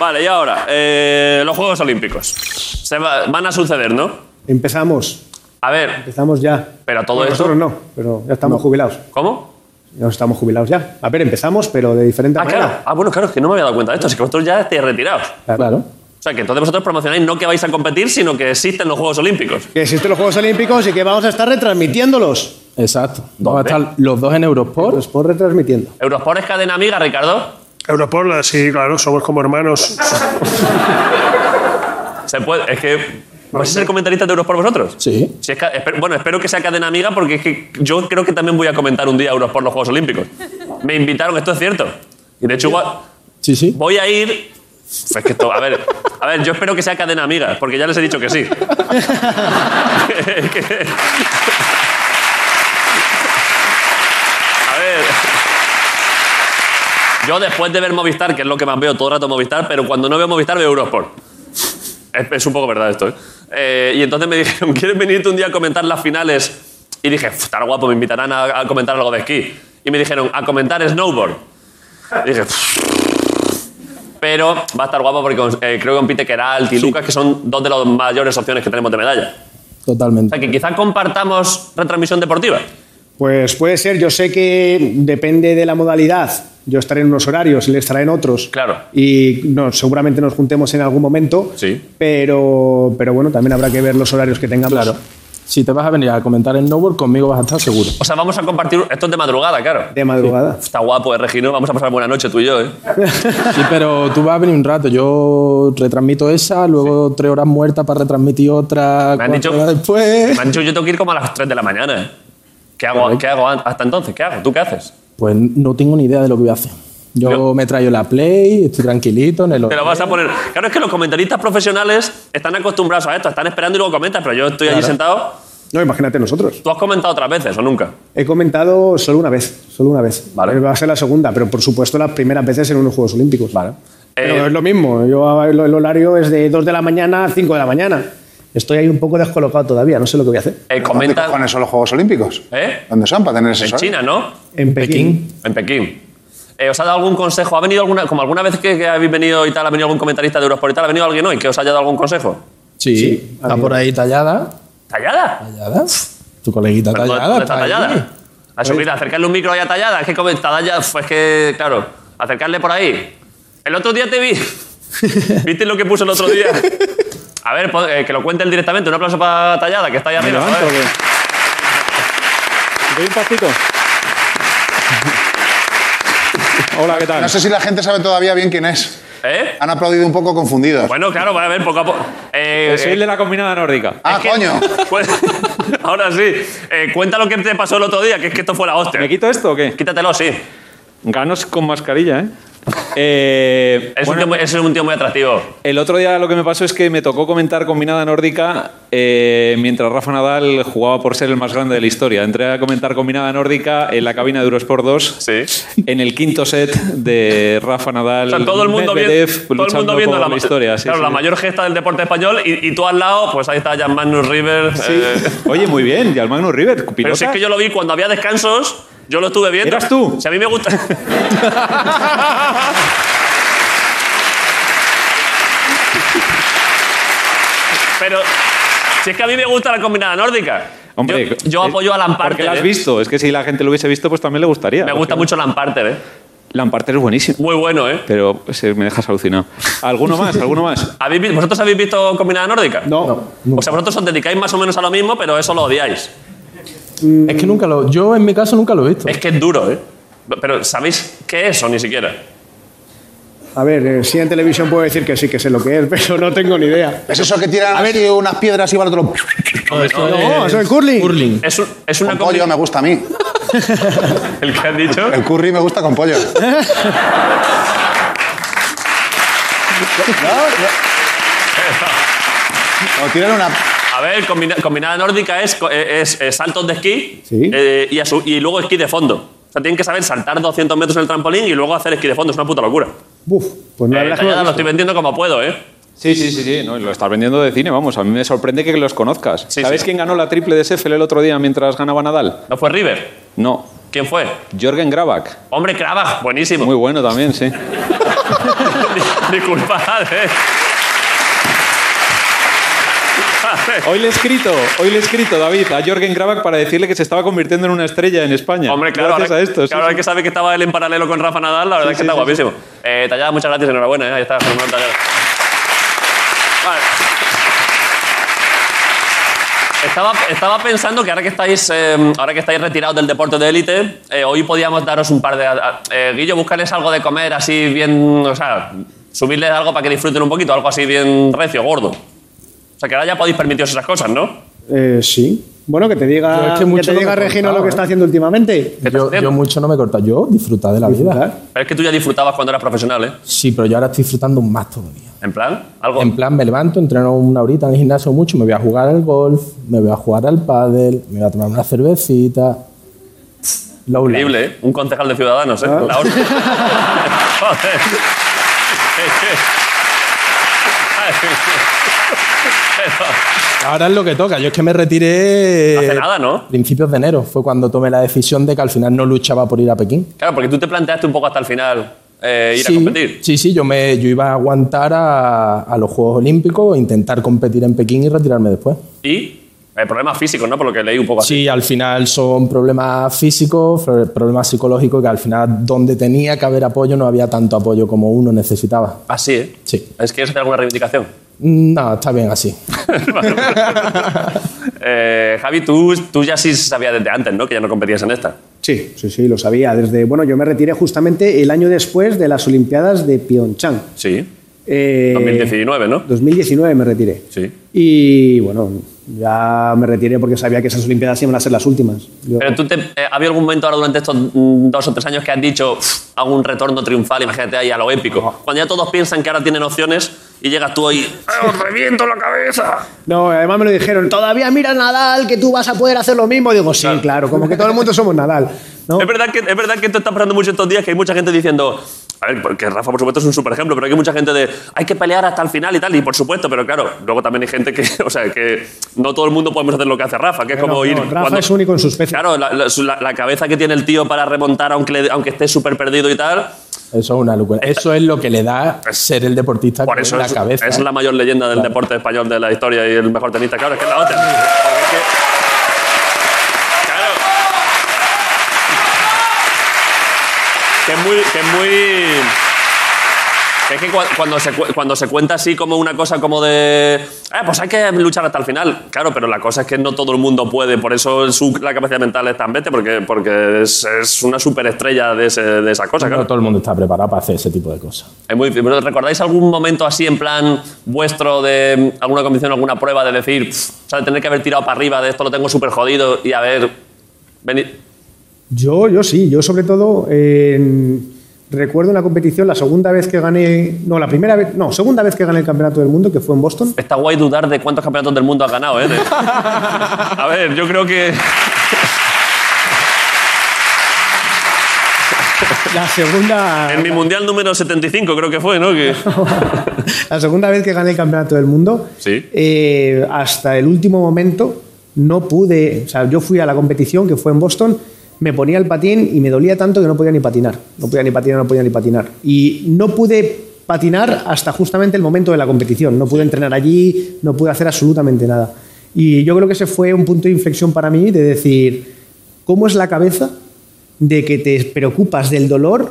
[SPEAKER 1] Vale, y ahora, eh, los Juegos Olímpicos. Se va- van a suceder, ¿no?
[SPEAKER 13] Empezamos.
[SPEAKER 1] A ver,
[SPEAKER 13] Empezamos ya.
[SPEAKER 1] pero todo
[SPEAKER 13] Bueno,
[SPEAKER 1] esto...
[SPEAKER 13] Nosotros no, pero ya estamos jubilados.
[SPEAKER 1] ¿Cómo?
[SPEAKER 13] Nos estamos jubilados ya. A ver, empezamos, pero de diferente
[SPEAKER 1] Ah,
[SPEAKER 13] manera.
[SPEAKER 1] claro. Ah, bueno, claro, es que no me había dado cuenta de esto, es que vosotros ya estáis retirados.
[SPEAKER 13] Claro.
[SPEAKER 1] O sea, que entonces vosotros promocionáis no que vais a competir, sino que existen los Juegos Olímpicos.
[SPEAKER 13] Que existen los Juegos Olímpicos y que vamos a estar retransmitiéndolos.
[SPEAKER 14] Exacto. Vamos a estar los dos en Eurosport.
[SPEAKER 13] Eurosport retransmitiendo.
[SPEAKER 1] ¿Eurosport es cadena amiga, Ricardo?
[SPEAKER 6] Europol, sí, claro, somos como hermanos.
[SPEAKER 1] Se puede, es que... ¿Vais a ser comentaristas de Eurosport vosotros?
[SPEAKER 14] Sí.
[SPEAKER 1] Si es ca- espe- bueno, espero que sea cadena amiga porque es que yo creo que también voy a comentar un día Eurosport los Juegos Olímpicos. Me invitaron, esto es cierto. Y de hecho igual-
[SPEAKER 14] Sí, sí.
[SPEAKER 1] voy a ir... Es que esto- a ver, a ver, yo espero que sea cadena amiga, porque ya les he dicho que sí. A ver. Yo después de ver Movistar, que es lo que más veo todo el rato Movistar, pero cuando no veo Movistar veo Eurosport. Es, es un poco verdad esto, ¿eh? Eh, Y entonces me dijeron, ¿quieres venirte un día a comentar las finales? Y dije, "Uf, estará guapo, me invitarán a, a comentar algo de esquí. Y me dijeron, a comentar snowboard. Y dije, "Uf". pero va a estar guapo porque eh, creo que compite Keralt y Lucas, que son dos de las mayores opciones que tenemos de medalla. O
[SPEAKER 14] Totalmente.
[SPEAKER 1] sea, que quizás compartamos retransmisión deportiva.
[SPEAKER 13] Pues puede ser, yo sé que depende de la modalidad. Yo estaré en unos horarios, él estará en otros.
[SPEAKER 1] Claro.
[SPEAKER 13] Y no, seguramente nos juntemos en algún momento.
[SPEAKER 1] Sí.
[SPEAKER 13] Pero, pero bueno, también habrá que ver los horarios que tengamos.
[SPEAKER 14] Claro. Si te vas a venir a comentar en Snowboard, conmigo vas a estar seguro.
[SPEAKER 1] O sea, vamos a compartir. Esto es de madrugada, claro.
[SPEAKER 13] De madrugada.
[SPEAKER 1] Está guapo, eh, Regino. Vamos a pasar buena noche tú y yo, eh.
[SPEAKER 14] Sí, pero tú vas a venir un rato. Yo retransmito esa, luego tres horas muertas para retransmitir otra.
[SPEAKER 1] Me han
[SPEAKER 14] cuatro
[SPEAKER 1] dicho-
[SPEAKER 14] horas después.
[SPEAKER 1] Me han dicho, yo tengo que ir como a las 3 de la mañana, eh. ¿Qué hago, ¿qué hago an- hasta entonces? ¿Qué hago? ¿Tú qué haces?
[SPEAKER 14] Pues no tengo ni idea de lo que voy a hacer. Yo me traigo la Play, estoy tranquilito en el.
[SPEAKER 1] Te lo vas a poner. Claro, es que los comentaristas profesionales están acostumbrados a esto, están esperando y luego comentas, pero yo estoy allí
[SPEAKER 13] Claro.
[SPEAKER 1] sentado.
[SPEAKER 13] No, imagínate nosotros.
[SPEAKER 1] ¿Tú has comentado otras veces o nunca? Eh,
[SPEAKER 13] He comentado solo una vez, solo una vez. Vale. Va a ser la segunda, pero por supuesto las primeras veces en unos Juegos Olímpicos. Vale.
[SPEAKER 14] Eh,
[SPEAKER 13] Pero es lo mismo, yo, el el horario es de 2 de la mañana a 5 de la mañana. Estoy ahí un poco descolocado todavía, no sé lo que voy a hacer.
[SPEAKER 1] Eh, comenta.
[SPEAKER 5] ¿Dónde son los Juegos Olímpicos?
[SPEAKER 1] ¿Eh?
[SPEAKER 5] ¿Dónde son para tener ese
[SPEAKER 1] En
[SPEAKER 5] sol?
[SPEAKER 1] China, ¿no?
[SPEAKER 13] En Pekín.
[SPEAKER 1] En Pekín. Eh, ¿Os ha dado algún consejo? ¿Ha venido alguna, como alguna vez que, que habéis venido y tal, ha venido algún comentarista de Eurosport y tal, ha venido alguien hoy que os haya dado algún consejo?
[SPEAKER 14] Sí, está por ahí tallada.
[SPEAKER 1] ¿Tallada?
[SPEAKER 14] ¿Tallada? Tu coleguita
[SPEAKER 1] ¿Dónde-
[SPEAKER 14] tallada.
[SPEAKER 1] dónde está
[SPEAKER 14] ahí.
[SPEAKER 1] tallada? A subir, acercarle un micro ahí a tallada. Es que como está tallada, pues que, claro, acercarle por ahí. El otro día te vi. ¿Viste lo que puso el otro día? A ver, pon- eh, que lo cuente él directamente. Un aplauso para Tallada, que está ahí arriba.
[SPEAKER 4] levanto,
[SPEAKER 13] eh.
[SPEAKER 1] joder.
[SPEAKER 4] ¿Doy un pasito? Hola, ¿qué tal?
[SPEAKER 5] No sé si la gente sabe todavía bien quién es.
[SPEAKER 1] ¿Eh?
[SPEAKER 5] Han aplaudido un poco confundidos.
[SPEAKER 1] Bueno, claro, va a ver poco a poco. Eh,
[SPEAKER 4] Soy el de la combinada nórdica.
[SPEAKER 5] ah, coño.
[SPEAKER 1] Pues, ahora sí. Eh, cuenta lo que te pasó el otro día, que es que esto fue la hostia.
[SPEAKER 4] ¿Me quito esto o qué?
[SPEAKER 1] Quítatelo, sí.
[SPEAKER 4] Ganos con mascarilla, ¿eh? Eh,
[SPEAKER 1] Es,
[SPEAKER 4] bueno,
[SPEAKER 1] un tío muy, es un tío muy atractivo.
[SPEAKER 4] el otro día lo que me pasó es que me tocó comentar combinada nórdica eh, mientras Rafa Nadal jugaba por ser el más grande de la historia. Entré a comentar combinada nórdica en la cabina de Eurosport 2 en el quinto set de Rafa
[SPEAKER 1] O
[SPEAKER 4] Nadal.
[SPEAKER 1] sea, todo el mundo, vi-
[SPEAKER 4] Medvedev,
[SPEAKER 1] todo el mundo
[SPEAKER 4] luchando
[SPEAKER 1] viendo
[SPEAKER 4] por
[SPEAKER 1] la,
[SPEAKER 4] la historia. sí,
[SPEAKER 1] claro,
[SPEAKER 4] sí.
[SPEAKER 1] la mayor gesta del deporte español y, y tú al lado, pues ahí está Jan Magnus River. eh,
[SPEAKER 4] Oye, muy bien, y al Magnus River,
[SPEAKER 1] Pero si es
[SPEAKER 4] pilota.
[SPEAKER 1] que yo lo vi cuando había descansos, yo lo estuve viendo.
[SPEAKER 4] ¿Eras tú?
[SPEAKER 1] Si a mí me gusta. Pero si es que a mí me gusta la combinada nórdica.
[SPEAKER 4] Hombre,
[SPEAKER 1] yo, yo
[SPEAKER 4] eh,
[SPEAKER 1] apoyo a
[SPEAKER 4] Porque
[SPEAKER 1] Lamparte.
[SPEAKER 4] la has visto, es que si la gente lo hubiese visto, pues también le gustaría.
[SPEAKER 1] Me gusta mucho Lamparte, ¿eh?
[SPEAKER 4] Lampartero es buenísimo.
[SPEAKER 1] Muy bueno, ¿eh?
[SPEAKER 4] Pero se me dejas alucinado. ¿Alguno más? ¿Alguno más?
[SPEAKER 1] ¿Habéis vi- ¿Vosotros habéis visto Combinada Nórdica? No. O sea, vosotros os dedicáis más o menos a lo mismo, pero eso lo odiáis.
[SPEAKER 14] Es que nunca lo. Yo en mi caso nunca lo he visto.
[SPEAKER 1] Es que es duro, ¿eh? Pero ¿sabéis qué es o ni siquiera?
[SPEAKER 13] A ver, eh, sí en televisión puedo decir que sí que sé lo que es, pero no tengo ni idea.
[SPEAKER 5] Es eso que tiran así unas piedras y van otro. No,
[SPEAKER 13] eso No, es- eso es curling. curling.
[SPEAKER 1] Es, un- es una
[SPEAKER 5] con pollo me gusta a mí.
[SPEAKER 1] ¿El que has dicho?
[SPEAKER 5] El curry me gusta con pollo. No, no. O tiran una.
[SPEAKER 1] A ver, combina- combinada nórdica es, co- eh, es, eh, saltos de esquí eh, y, a su- y luego esquí de fondo. O sea, tienen que saber saltar 200 metros en el trampolín y luego hacer esquí de fondo. Es una puta locura.
[SPEAKER 13] Uf, pues no,
[SPEAKER 1] Eh, Callada, lo estoy vendiendo como puedo, ¿eh?
[SPEAKER 4] Sí, sí, sí, sí. no, lo estás vendiendo de cine, vamos. A mí me sorprende que los conozcas. ¿Sabes quién ganó la triple de Seffel el otro día mientras ganaba Nadal?
[SPEAKER 1] ¿No fue River?
[SPEAKER 4] No.
[SPEAKER 1] ¿Quién fue?
[SPEAKER 4] Jorgen Grabak.
[SPEAKER 1] Hombre, Grabach, buenísimo.
[SPEAKER 4] Muy bueno también, sí.
[SPEAKER 1] Disculpad, ¿eh?
[SPEAKER 4] Hoy le he escrito, hoy le he escrito, David, a Jorgen Grabak para decirle que se estaba convirtiendo en una estrella en España. Hombre,
[SPEAKER 1] Claro,
[SPEAKER 4] Gracias
[SPEAKER 1] ahora,
[SPEAKER 4] a esto. sí,
[SPEAKER 1] claro, ahora
[SPEAKER 4] sí.
[SPEAKER 1] que sabe que estaba él en paralelo con Rafa Nadal, la verdad es que
[SPEAKER 4] sí,
[SPEAKER 1] está
[SPEAKER 4] sí,
[SPEAKER 1] guapísimo. Eh, Tallada, muchas gracias, enhorabuena, ¿eh? ahí está, Germán Tallada. Vale. Estaba, estaba pensando que ahora que estáis, eh, ahora que estáis retirados del deporte de élite, eh, hoy podíamos daros un par de... a- eh, Guillo, búscales algo de comer así bien... O sea, subirles algo para que disfruten un poquito, algo así bien recio, gordo. O sea, que ahora ya podéis permitiros esas cosas, ¿no?
[SPEAKER 13] Eh, sí. Bueno, que te
[SPEAKER 14] Yo
[SPEAKER 13] diga,
[SPEAKER 14] es que
[SPEAKER 13] que
[SPEAKER 14] mucho
[SPEAKER 13] te
[SPEAKER 14] no
[SPEAKER 13] diga
[SPEAKER 14] me ¿eh?
[SPEAKER 13] Regino
[SPEAKER 14] contaba,
[SPEAKER 13] lo que está haciendo últimamente.
[SPEAKER 14] Yo, yo mucho no me corta. Yo disfrutar de la vida.
[SPEAKER 1] Pero es que tú ya disfrutabas cuando eras profesional, ¿eh?
[SPEAKER 14] Sí, pero yo ahora estoy disfrutando más todavía.
[SPEAKER 1] En plan, algo...
[SPEAKER 14] En plan, me levanto, entreno una horita en el gimnasio mucho, me voy a jugar al golf, me voy a jugar al pádel, me voy a tomar una cervecita. Low life.
[SPEAKER 1] Increíble, ¿eh? Un concejal de Ciudadanos, ¿eh? La hostia. Joder.
[SPEAKER 14] Ahora es lo que toca. Yo es que me retiré.
[SPEAKER 1] Hace nada, ¿no?
[SPEAKER 14] Principios de enero fue cuando tomé la decisión de que al final no luchaba por ir a Pekín.
[SPEAKER 1] Claro, porque tú te planteaste un poco hasta el final eh, ir
[SPEAKER 14] Sí,
[SPEAKER 1] a competir.
[SPEAKER 14] Sí, sí, yo, me, yo iba a aguantar a, a los Juegos Olímpicos, intentar competir en Pekín y retirarme después.
[SPEAKER 1] Y eh, problemas físicos, ¿no? Por lo que leí un poco así.
[SPEAKER 14] Sí, al final son problemas físicos, fre- problemas psicológicos, que al final donde tenía que haber apoyo no había tanto apoyo como uno necesitaba.
[SPEAKER 1] Así, ¿eh?
[SPEAKER 14] Sí.
[SPEAKER 1] ¿Es que hacer alguna reivindicación?
[SPEAKER 14] Mm, No, está bien así.
[SPEAKER 1] Eh, Javi, tú, tú ya sí sabías desde antes, ¿no? Que ya no competías en esta.
[SPEAKER 13] Sí, sí, sí, lo sabía. Desde, bueno, yo me retiré justamente el año después de las Olimpiadas de Pyeongchang.
[SPEAKER 1] Sí.
[SPEAKER 13] Eh,
[SPEAKER 1] 2019, ¿no?
[SPEAKER 13] 2019 me retiré.
[SPEAKER 1] Sí.
[SPEAKER 13] Y bueno, ya me retiré porque sabía que esas Olimpiadas iban a ser las últimas. Yo-
[SPEAKER 1] Pero tú, te, eh, ¿ha habido algún momento ahora durante estos mm, dos o tres años que has dicho, "Uf, hago un retorno triunfal, imagínate ahí a lo épico? Cuando ya todos piensan que ahora tienen opciones y llegas tú ahí, "Ah, ¡os reviento la cabeza!
[SPEAKER 13] No, además me lo dijeron, todavía mira Nadal, que tú vas a poder hacer lo mismo. Digo, sí, claro, como que todo el mundo somos Nadal.
[SPEAKER 14] Eh.
[SPEAKER 1] Es, verdad que, es verdad que esto está pasando mucho estos días, que hay mucha gente diciendo, a ver, porque Rafa por supuesto es un super ejemplo, pero hay mucha gente de, hay que pelear hasta el final y tal, y por supuesto, pero claro, luego también hay gente que, o sea, que no todo el mundo podemos hacer lo que hace Rafa, que es como
[SPEAKER 13] No,
[SPEAKER 1] ir...
[SPEAKER 13] no, Rafa
[SPEAKER 1] cuando-
[SPEAKER 13] es único en su especie.
[SPEAKER 1] Claro, la, la- su- la- la cabeza que tiene el tío para remontar aunque, le- aunque esté súper perdido y tal,
[SPEAKER 14] Eso es una locura. Eso es lo que le da ser el deportista
[SPEAKER 1] por
[SPEAKER 14] que
[SPEAKER 1] eso
[SPEAKER 14] es la
[SPEAKER 1] es,
[SPEAKER 14] cabeza. ¿eh?
[SPEAKER 1] es la mayor leyenda del deporte español de la historia y el mejor tenista, claro, es que es la otra. Porque es que- Claro. Que es muy. Que es muy. que es que cua- cuando se, cu- cuando se cuenta así como una cosa como de. "Ah, pues hay que luchar hasta el final. Claro, pero la cosa es que no todo el mundo puede. Por eso su- la capacidad mental es tan vete, porque, porque es, es una superestrella de, ese- de esa cosa, claro.
[SPEAKER 14] ¿eh? No todo el mundo está preparado para hacer ese tipo de cosas.
[SPEAKER 1] Es muy difícil. Pero, ¿Recordáis algún momento así en plan vuestro de mm, alguna condición, alguna prueba de decir, "Pff, o sea, de tener que haber tirado para arriba, de esto lo tengo súper jodido y a ver. venid-
[SPEAKER 13] Yo, yo sí, yo sobre todo eh, en- recuerdo una competición, la segunda vez que gané, no, la primera vez, no, segunda vez que gané el Campeonato del Mundo, que fue en Boston.
[SPEAKER 1] Está guay dudar de cuántos campeonatos del mundo has ganado, ¿eh? De- A ver, yo creo que.
[SPEAKER 13] La segunda,
[SPEAKER 1] En mi mundial número 75, creo que fue, ¿no? Que-
[SPEAKER 13] la segunda vez que gané el Campeonato del Mundo,
[SPEAKER 1] Sí.
[SPEAKER 13] eh, hasta el último momento no pude, o sea, yo fui a la competición que fue en Boston, me ponía el patín y me dolía tanto que no podía ni patinar, no podía ni patinar, no podía ni patinar. Y no pude patinar hasta justamente el momento de la competición, no pude entrenar allí, no pude hacer absolutamente nada. Y yo creo que ese fue un punto de inflexión para mí de decir, ¿cómo es la cabeza de que te preocupas del dolor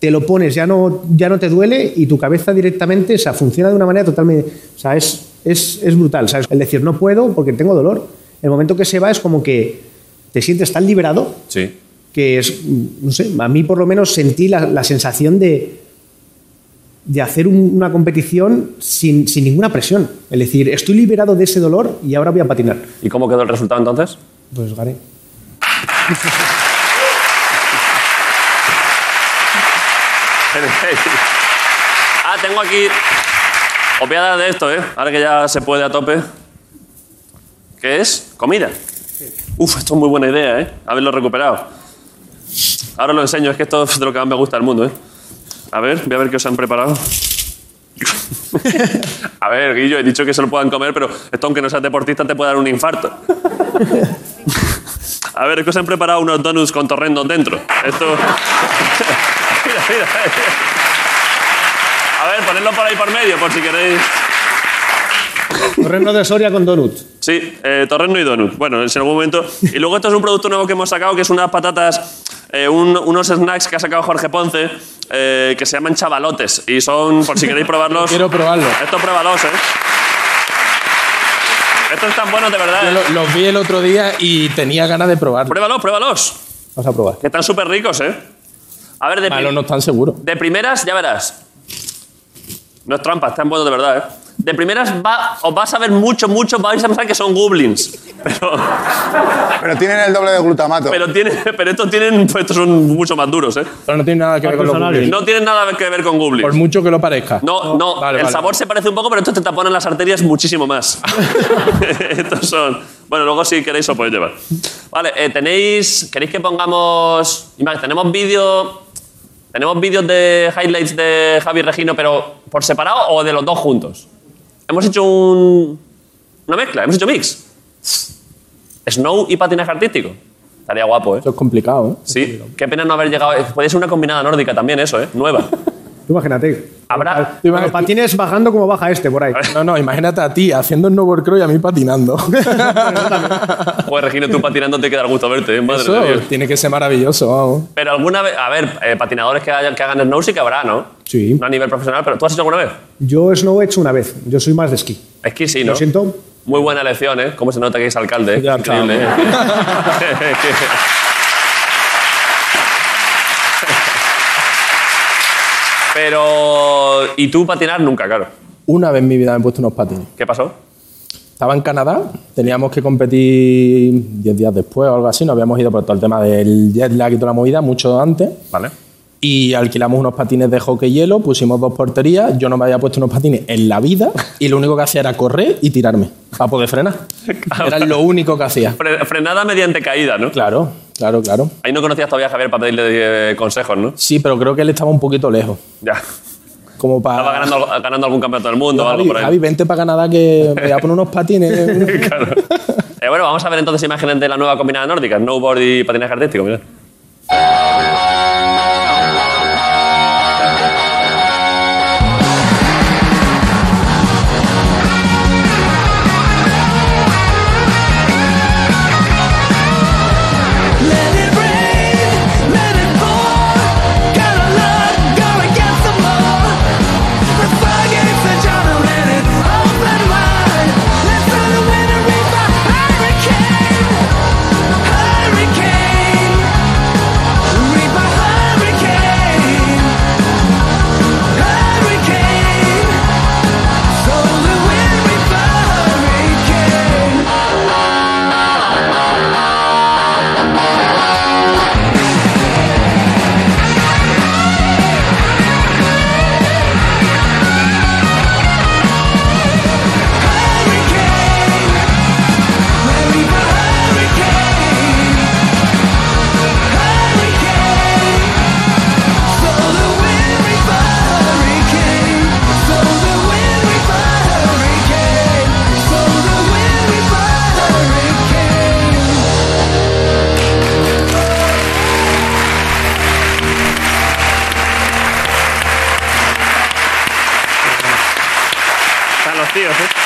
[SPEAKER 13] te lo pones, ya no, ya no te duele y tu cabeza directamente, o sea, funciona de una manera totalmente, o sea, es, es, es brutal, ¿sabes? El decir, no puedo porque tengo dolor. El momento que se va es como que te sientes tan liberado
[SPEAKER 1] Sí.
[SPEAKER 13] que es, no sé, a mí por lo menos sentí la, la sensación de, de hacer un- una competición sin, sin ninguna presión. Es decir, estoy liberado de ese dolor y ahora voy a patinar.
[SPEAKER 1] ¿Y cómo quedó el resultado entonces?
[SPEAKER 13] Pues gané.
[SPEAKER 1] ah, tengo aquí. Os voy a dar de esto, ¿eh? Ahora que ya se puede a tope. ¿Qué es? Comida. Uf, esto es muy buena idea, ¿eh? Haberlo recuperado. Ahora lo enseño, es que esto es de lo que más me gusta del mundo, ¿eh? A ver, voy a ver qué os han preparado. a ver, Guillo, he dicho que se lo puedan comer, pero esto, aunque no seas deportista, te puede dar un infarto. a ver, es que os han preparado unos donuts con torrendos dentro. Esto. mira, mira. A ver, ponedlo por ahí por medio, por si queréis.
[SPEAKER 13] Torreno de Soria con donut.
[SPEAKER 1] Sí, eh, torrendo y donut. Bueno, en algún momento. Y luego esto es un producto nuevo que hemos sacado, que es unas patatas, eh, un- unos snacks que ha sacado Jorge Ponce, eh, que se llaman chavalotes. Y son, por si queréis probarlos. Quiero
[SPEAKER 14] probarlos.
[SPEAKER 1] Estos pruébalos, ¿eh? Estos están buenos de verdad.
[SPEAKER 14] Yo
[SPEAKER 1] ¿eh?
[SPEAKER 14] lo- los vi el otro día y tenía ganas de probarlo.
[SPEAKER 1] Pruébalos, pruébalos.
[SPEAKER 14] Vamos a probar.
[SPEAKER 1] Que están súper ricos, ¿eh? A ver, de, pri-
[SPEAKER 14] Malo no están seguros.
[SPEAKER 1] de primeras, ya verás. No es trampa, están buenos de verdad, ¿eh? De primeras va- os vas a ver mucho, mucho, vais a pensar que son goblins. Pero.
[SPEAKER 5] Pero tienen el doble de glutamato.
[SPEAKER 1] Pero, tiene, pero estos, tienen, pues estos son mucho más duros, ¿eh?
[SPEAKER 14] Pero no tiene nada que ver con los goblins.
[SPEAKER 1] No tienen nada que ver con Goblin.
[SPEAKER 14] Por mucho que lo parezca.
[SPEAKER 1] No, no,
[SPEAKER 14] Oh, Vale,
[SPEAKER 1] el
[SPEAKER 14] vale.
[SPEAKER 1] sabor se parece un poco, pero estos te taponan las arterias muchísimo más. estos son. Bueno, luego si queréis os podéis llevar. Vale, eh, tenéis. ¿Queréis que pongamos. Imag- Tenemos vídeo. ¿Tenemos vídeos de highlights de Javi Regino, pero por separado o de los dos juntos? Hemos hecho un. Una mezcla, hemos hecho mix. Snow y patinaje artístico. Estaría guapo, ¿eh?
[SPEAKER 14] Eso es complicado, ¿eh?
[SPEAKER 1] Sí, qué pena no haber llegado. eh, Puede ser una combinada nórdica también, eso, ¿eh? Nueva.
[SPEAKER 13] Tú imagínate.
[SPEAKER 1] Habrá.
[SPEAKER 13] Bueno, patines bajando como baja este por ahí.
[SPEAKER 14] No, no, imagínate a ti haciendo el snowboard y a mí patinando.
[SPEAKER 1] Joder, Regino, tú patinando te queda el gusto verte, ¿eh? Madre
[SPEAKER 14] Eso
[SPEAKER 1] de Dios.
[SPEAKER 14] tiene que ser maravilloso, vamos.
[SPEAKER 1] Pero alguna vez. A ver, eh, patinadores que, hayan- que hagan snow sí que habrá, ¿no?
[SPEAKER 13] Sí.
[SPEAKER 1] No a nivel profesional, pero ¿tú has hecho alguna vez?
[SPEAKER 13] Yo snow he hecho una vez. Yo soy más de esquí.
[SPEAKER 1] Esquí sí, ¿no?
[SPEAKER 13] Lo siento.
[SPEAKER 1] Muy buena elección, ¿eh? Cómo se nota que es alcalde, ¿eh?
[SPEAKER 14] Ya,
[SPEAKER 1] Increíble, ¿eh? Pero... ¿Y tú patinar? Nunca, claro.
[SPEAKER 14] Una vez en mi vida me he puesto unos patines.
[SPEAKER 1] ¿Qué pasó?
[SPEAKER 14] Estaba en Canadá, teníamos que competir 10 días después o algo así, nos habíamos ido por todo el tema del jet lag y toda la movida mucho antes.
[SPEAKER 1] Vale.
[SPEAKER 14] Y alquilamos unos patines de hockey hielo, pusimos dos porterías, yo no me había puesto unos patines en la vida y lo único que hacía era correr y tirarme para poder frenar. Era lo único que hacía.
[SPEAKER 1] Fre- frenada mediante caída, ¿no?
[SPEAKER 14] Claro, claro, claro.
[SPEAKER 1] Ahí no conocías todavía a Javier para pedirle eh, consejos, ¿no?
[SPEAKER 14] Sí, pero creo que él estaba un poquito lejos.
[SPEAKER 1] Ya.
[SPEAKER 14] Como para...
[SPEAKER 1] Estaba ganando, ganando algún campeonato del mundo o algo
[SPEAKER 14] Javi,
[SPEAKER 1] por ahí.
[SPEAKER 14] Javi, vente para Canadá que me voy a poner unos patines.
[SPEAKER 1] Eh, bueno, vamos a ver entonces imágenes de la nueva combinada nórdica, snowboard y patinaje artístico, mirad. Están los tíos, ¿eh?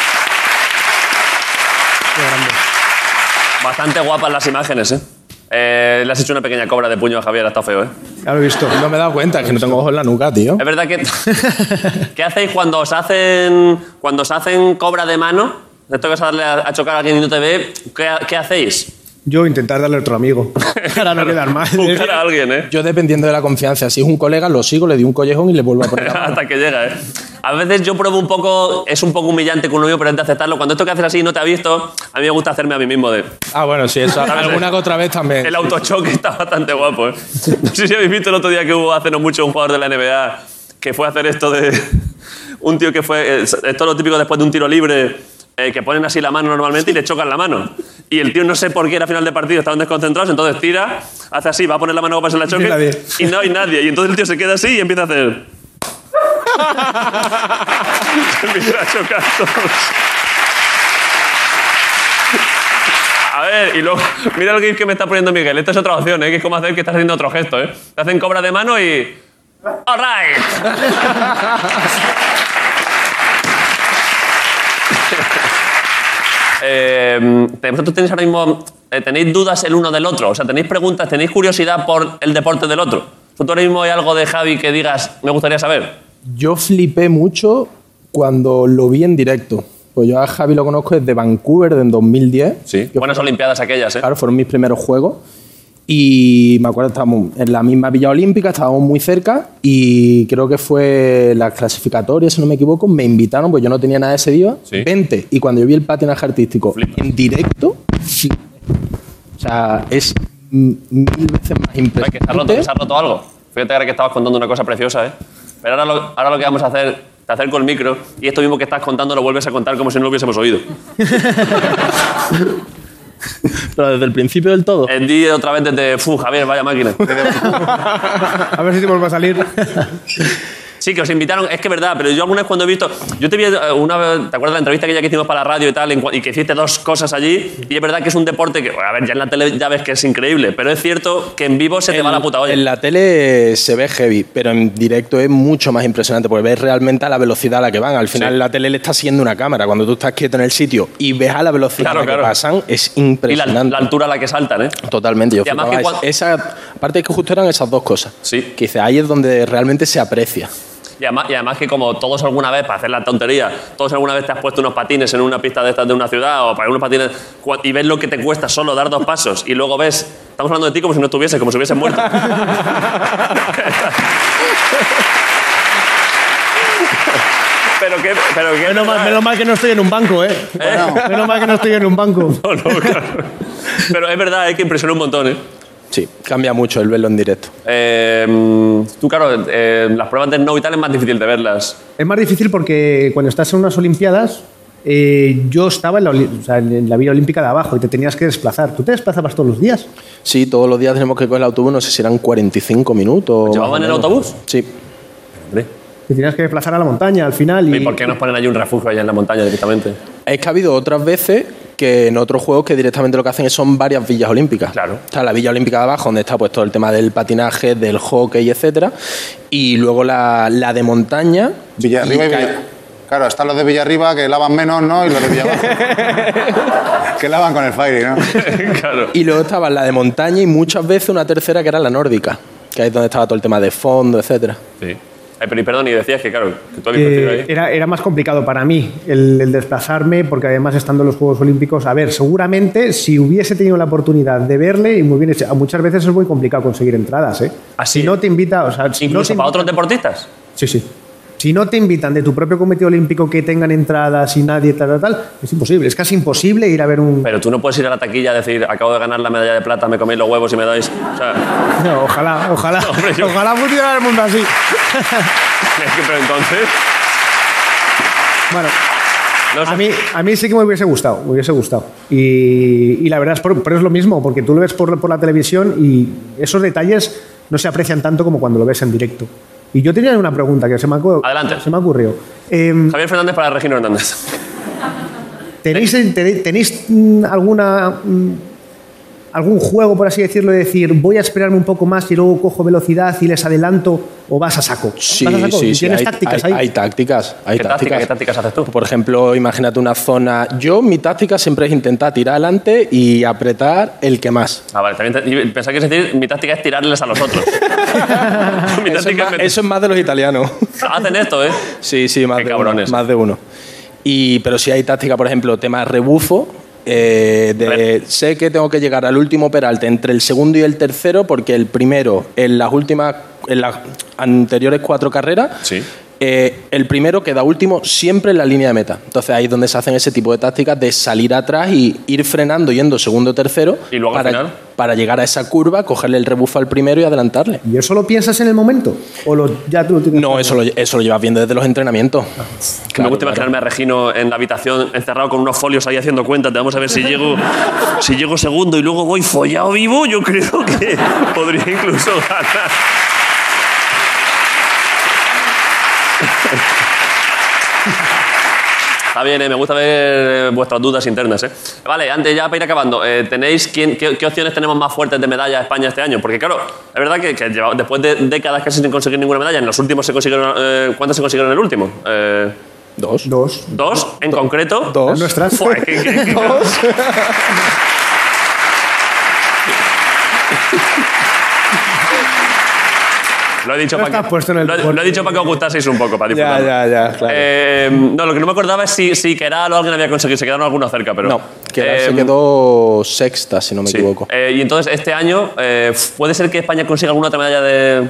[SPEAKER 1] Bastante guapas las imágenes, ¿eh? Eh, le has hecho una pequeña cobra de puño a Javier, está feo, ¿eh?
[SPEAKER 14] Ya lo he visto. No me he dado cuenta, que no tengo ojos en la nuca, tío.
[SPEAKER 1] Es verdad que. ¿Qué hacéis cuando os hacen. Cuando os hacen cobra de mano? De esto que vas a darle a, a chocar a alguien y no te ve, ¿qué, qué hacéis?
[SPEAKER 13] Yo intentar darle a otro amigo. Para no quedar mal.
[SPEAKER 1] Buscar a alguien, ¿eh?
[SPEAKER 14] Yo dependiendo de la confianza, si es un colega, lo sigo, le di un collejón y le vuelvo a poner.
[SPEAKER 1] Hasta que llega, ¿eh? A veces yo pruebo un poco, es un poco humillante con un amigo, pero hay que aceptarlo. Cuando esto que haces así y no te ha visto, a mí me gusta hacerme a mí mismo de.
[SPEAKER 14] Ah, bueno, sí, eso.
[SPEAKER 1] ¿Sabes?
[SPEAKER 14] Alguna que otra vez también.
[SPEAKER 1] El autochoque está bastante guapo, ¿eh? No sé si habéis visto el otro día que hubo hace no mucho un jugador de la NBA que fue a hacer esto de. Un tío que fue. eh, Esto es lo típico después de un tiro libre, eh, que ponen así la mano normalmente y le chocan la mano. Y el tío no sé por qué era final de partido, estaban desconcentrados, entonces tira, hace así, va a poner la mano para pasar la choque
[SPEAKER 14] nadie.
[SPEAKER 1] y no hay nadie. Y entonces el tío se queda así y empieza a hacer. Empieza a chocar todos. A ver, y luego, mira el gif que me está poniendo Miguel. Esta es otra opción, ¿eh? Que es como hacer que estás haciendo otro gesto, ¿eh? Te hacen cobra de mano y. ¡All right! Eh, te- vosotros tenéis ahora mismo. eh, tenéis dudas el uno del otro. O sea, tenéis preguntas, tenéis curiosidad por el deporte del otro. ¿Tú ahora mismo hay algo de Javi que digas, me gustaría saber?
[SPEAKER 14] Yo flipé mucho cuando lo vi en directo. Pues yo a Javi lo conozco desde Vancouver, en 2010.
[SPEAKER 1] Sí. Buenas Olimpiadas aquellas, ¿eh?
[SPEAKER 14] Claro, fueron mis primeros juegos. Y me acuerdo, estábamos en la misma Villa Olímpica, estábamos muy cerca y creo que fue la clasificatoria, si no me equivoco, me invitaron, pues yo no tenía nada ese día,
[SPEAKER 1] Sí.
[SPEAKER 14] 20. Y cuando yo vi el patinaje artístico en directo, sí. o sea, es mm, mil veces más
[SPEAKER 1] Ay, que se ha roto, que se
[SPEAKER 14] impresionante.
[SPEAKER 1] ha roto algo. Fíjate ahora que estabas contando una cosa preciosa, ¿eh? Pero ahora lo, ahora lo que vamos a hacer, te acerco el micro y esto mismo que estás contando lo vuelves a contar como si no lo hubiésemos oído.
[SPEAKER 14] Pero desde el principio del todo.
[SPEAKER 1] Eh, di otra vez desde, fu, Javier, vaya máquina.
[SPEAKER 13] A ver si te vuelve a salir.
[SPEAKER 1] Sí, que os invitaron, es que es verdad, pero yo alguna vez cuando he visto. Yo te vi eh, una vez, ¿te acuerdas de la entrevista que ya que hicimos para la radio y tal, en cua- y que hiciste dos cosas allí? Y es verdad que es un deporte que, bueno, a ver, ya en la tele ya ves que es increíble, pero es cierto que en vivo se te va la puta olla.
[SPEAKER 14] En la tele se ve heavy, pero en directo es mucho más impresionante porque ves realmente a la velocidad a la que van. Al final la tele le está siguiendo una cámara. Cuando tú estás quieto en el sitio y ves a la velocidad
[SPEAKER 1] Claro,
[SPEAKER 14] a la
[SPEAKER 1] claro.
[SPEAKER 14] que pasan, es
[SPEAKER 1] y la,
[SPEAKER 14] impresionante.
[SPEAKER 1] la altura a la que saltan, ¿eh?
[SPEAKER 14] Totalmente, yo
[SPEAKER 1] Y además
[SPEAKER 14] flipaba.
[SPEAKER 1] que cuando-
[SPEAKER 14] Esa, aparte es que justo eran esas dos cosas.
[SPEAKER 1] Sí.
[SPEAKER 14] Que dice, ahí es donde realmente se aprecia.
[SPEAKER 1] Y además, y además que como todos alguna vez, para hacer la tontería, todos alguna vez te has puesto unos patines en una pista de estas de una ciudad o para unos patines cua- y ves lo que te cuesta solo dar dos pasos y luego ves, estamos hablando de ti como si no estuviese, como si hubieses muerto. pero que... Pero que
[SPEAKER 13] Menos mal, menos mal que no estoy en un banco, ¿eh? Menos mal que no estoy en un banco.
[SPEAKER 1] No, ¿eh? no, claro. Pero es verdad, es que impresiona un montón, ¿eh?
[SPEAKER 14] Sí, cambia mucho el verlo en directo.
[SPEAKER 1] Eh, mm, tú, claro, eh, las pruebas de no y tal es más difícil de verlas.
[SPEAKER 13] Es más difícil porque cuando estás en unas Olimpiadas, eh, yo estaba en la, oli- o sea, en la Villa Olímpica de abajo y te tenías que desplazar. ¿Tú te desplazabas todos los días?
[SPEAKER 14] Sí, todos los días tenemos que coger el autobús, no sé si eran 45 minutos.
[SPEAKER 1] ¿Llevaban
[SPEAKER 14] más o
[SPEAKER 1] el
[SPEAKER 14] menos.
[SPEAKER 1] autobús?
[SPEAKER 14] Sí.
[SPEAKER 13] Te tenías que desplazar a la montaña al final.
[SPEAKER 1] ¿Y por qué nos ponen allí un refugio allá en la montaña directamente?
[SPEAKER 14] Es que ha habido otras veces que en otros juegos que directamente lo que hacen es son varias villas olímpicas. Claro. Está la villa olímpica de abajo, donde está pues todo el tema del patinaje, del hockey, etcétera. Y luego la, la de montaña.
[SPEAKER 5] Villarriba y Villa- Claro, están los de Villarriba que lavan menos, ¿no? Y los de Villabajo. que lavan con el Fairy, ¿no?
[SPEAKER 1] claro.
[SPEAKER 14] Y luego estaba la de montaña y muchas veces una tercera que era la nórdica, que ahí es donde estaba todo el tema de fondo, etcétera.
[SPEAKER 1] Sí. Ay, pero y perdón, y decías que, claro, que tú habías crecido
[SPEAKER 13] Eh,
[SPEAKER 1] ahí.
[SPEAKER 13] era, era más complicado para mí el, el desplazarme, porque además estando en los Juegos Olímpicos, a ver, seguramente si hubiese tenido la oportunidad de verle, y muy bien, hecho, muchas veces es muy complicado conseguir entradas, ¿eh?
[SPEAKER 1] Así
[SPEAKER 13] si no te invita, o sea, si no
[SPEAKER 1] Incluso
[SPEAKER 13] te
[SPEAKER 1] para
[SPEAKER 13] invita-
[SPEAKER 1] otros deportistas.
[SPEAKER 13] Sí, sí. Si no te invitan de tu propio comité olímpico que tengan entradas y nadie, tal, tal, tal, es imposible, es casi imposible ir a ver un.
[SPEAKER 1] Pero tú no puedes ir a la taquilla a decir, acabo de ganar la medalla de plata, me coméis los huevos y me dais. O sea,
[SPEAKER 13] No, ojalá, ojalá,
[SPEAKER 1] Hombre, yo-
[SPEAKER 13] ojalá funcionara el mundo así.
[SPEAKER 1] es que, pero entonces.
[SPEAKER 13] Bueno, a, mí, a mí sí que me hubiese gustado, me hubiese gustado. Y, y la verdad es, por, pero es lo mismo, porque tú lo ves por, por la televisión y esos detalles no se aprecian tanto como cuando lo ves en directo. Y yo tenía una pregunta que se me, acu-
[SPEAKER 1] Adelante.
[SPEAKER 13] se me ocurrió. Em,
[SPEAKER 1] Javier Fernández para Regino Hernández.
[SPEAKER 13] ¿Tenéis, tenéis- tenéis, mm, alguna mm, algún juego, por así decirlo, de decir, voy a esperarme un poco más y luego cojo velocidad y les adelanto o vas a saco?
[SPEAKER 14] Sí,
[SPEAKER 13] ¿Vas a saco?
[SPEAKER 14] sí,
[SPEAKER 13] Y
[SPEAKER 14] sí,
[SPEAKER 13] Tienes
[SPEAKER 14] hay,
[SPEAKER 13] tácticas
[SPEAKER 14] hay-
[SPEAKER 13] ahí.
[SPEAKER 14] hay tácticas. Hay
[SPEAKER 13] ¿Qué táctica-
[SPEAKER 14] tácticas.
[SPEAKER 13] qué
[SPEAKER 1] tácticas haces tú?
[SPEAKER 14] Por ejemplo, imagínate una zona. Yo, mi táctica siempre es intentar tirar adelante y apretar el que más.
[SPEAKER 1] Ah, vale, también te- yo pensaba que ibas a decir, mi táctica es tirarles a los otros. mi
[SPEAKER 14] Eso es,
[SPEAKER 1] táctica
[SPEAKER 14] más, eso es más de los italianos.
[SPEAKER 1] Hacen esto, ¿eh?
[SPEAKER 14] Sí, sí, más de
[SPEAKER 1] cabrones.
[SPEAKER 14] uno. Más de uno. Y, pero si hay táctica, por ejemplo, tema rebufo. eh, de, sé que tengo que llegar al último peralte entre el segundo y el tercero, porque el primero, en las últimas, en las anteriores cuatro carreras, eh, el primero queda último siempre en la línea de meta. Entonces ahí es donde se hacen ese tipo de tácticas de salir atrás y ir frenando yendo segundo tercero
[SPEAKER 1] ¿Y luego al
[SPEAKER 14] para,
[SPEAKER 1] final?
[SPEAKER 14] para llegar a esa curva, cogerle el rebufo al primero y adelantarle.
[SPEAKER 13] ¿Y eso lo piensas en el momento? ¿O lo- ya tú lo tienes?
[SPEAKER 14] No, eso lo, eso lo llevas viendo desde los entrenamientos.
[SPEAKER 1] Que me gusta imaginarme a Regino en la habitación, encerrado con unos folios ahí haciendo cuentas. de Vamos a ver si llego, si llego segundo y luego voy follado vivo. Yo creo que podría incluso ganar. Está bien, eh, me gusta ver eh, vuestras dudas internas. eh. Vale, antes ya para ir acabando, eh, ¿tenéis quién- qué, qué opciones tenemos más fuertes de medalla España este año? Porque claro, es verdad que, que lleva- después de décadas casi sin conseguir ninguna medalla, en los últimos se consiguieron... eh, ¿Cuántas se consiguieron en el último? Eh,
[SPEAKER 14] Dos.
[SPEAKER 13] Dos.
[SPEAKER 1] ¿Dos en concreto?
[SPEAKER 13] Las nuestras.
[SPEAKER 1] Fue, qué- qué- qué-
[SPEAKER 13] Dos.
[SPEAKER 1] Lo he dicho para que, lo he- lo he dicho para que os gustaseis un poco, para
[SPEAKER 14] Ya, ya,
[SPEAKER 1] disfrutar.
[SPEAKER 14] ya, claro.
[SPEAKER 1] pues Eh, no, lo que no me acordaba es si, si Keral o alguien había conseguido. Se quedaron algunos cerca, pero.
[SPEAKER 14] No, Keral se
[SPEAKER 1] Eh,
[SPEAKER 14] quedó sexta, si no me
[SPEAKER 1] sí.
[SPEAKER 14] equivoco.
[SPEAKER 1] Eh, y entonces este año, eh, ¿puede ser que España consiga alguna otra medalla de.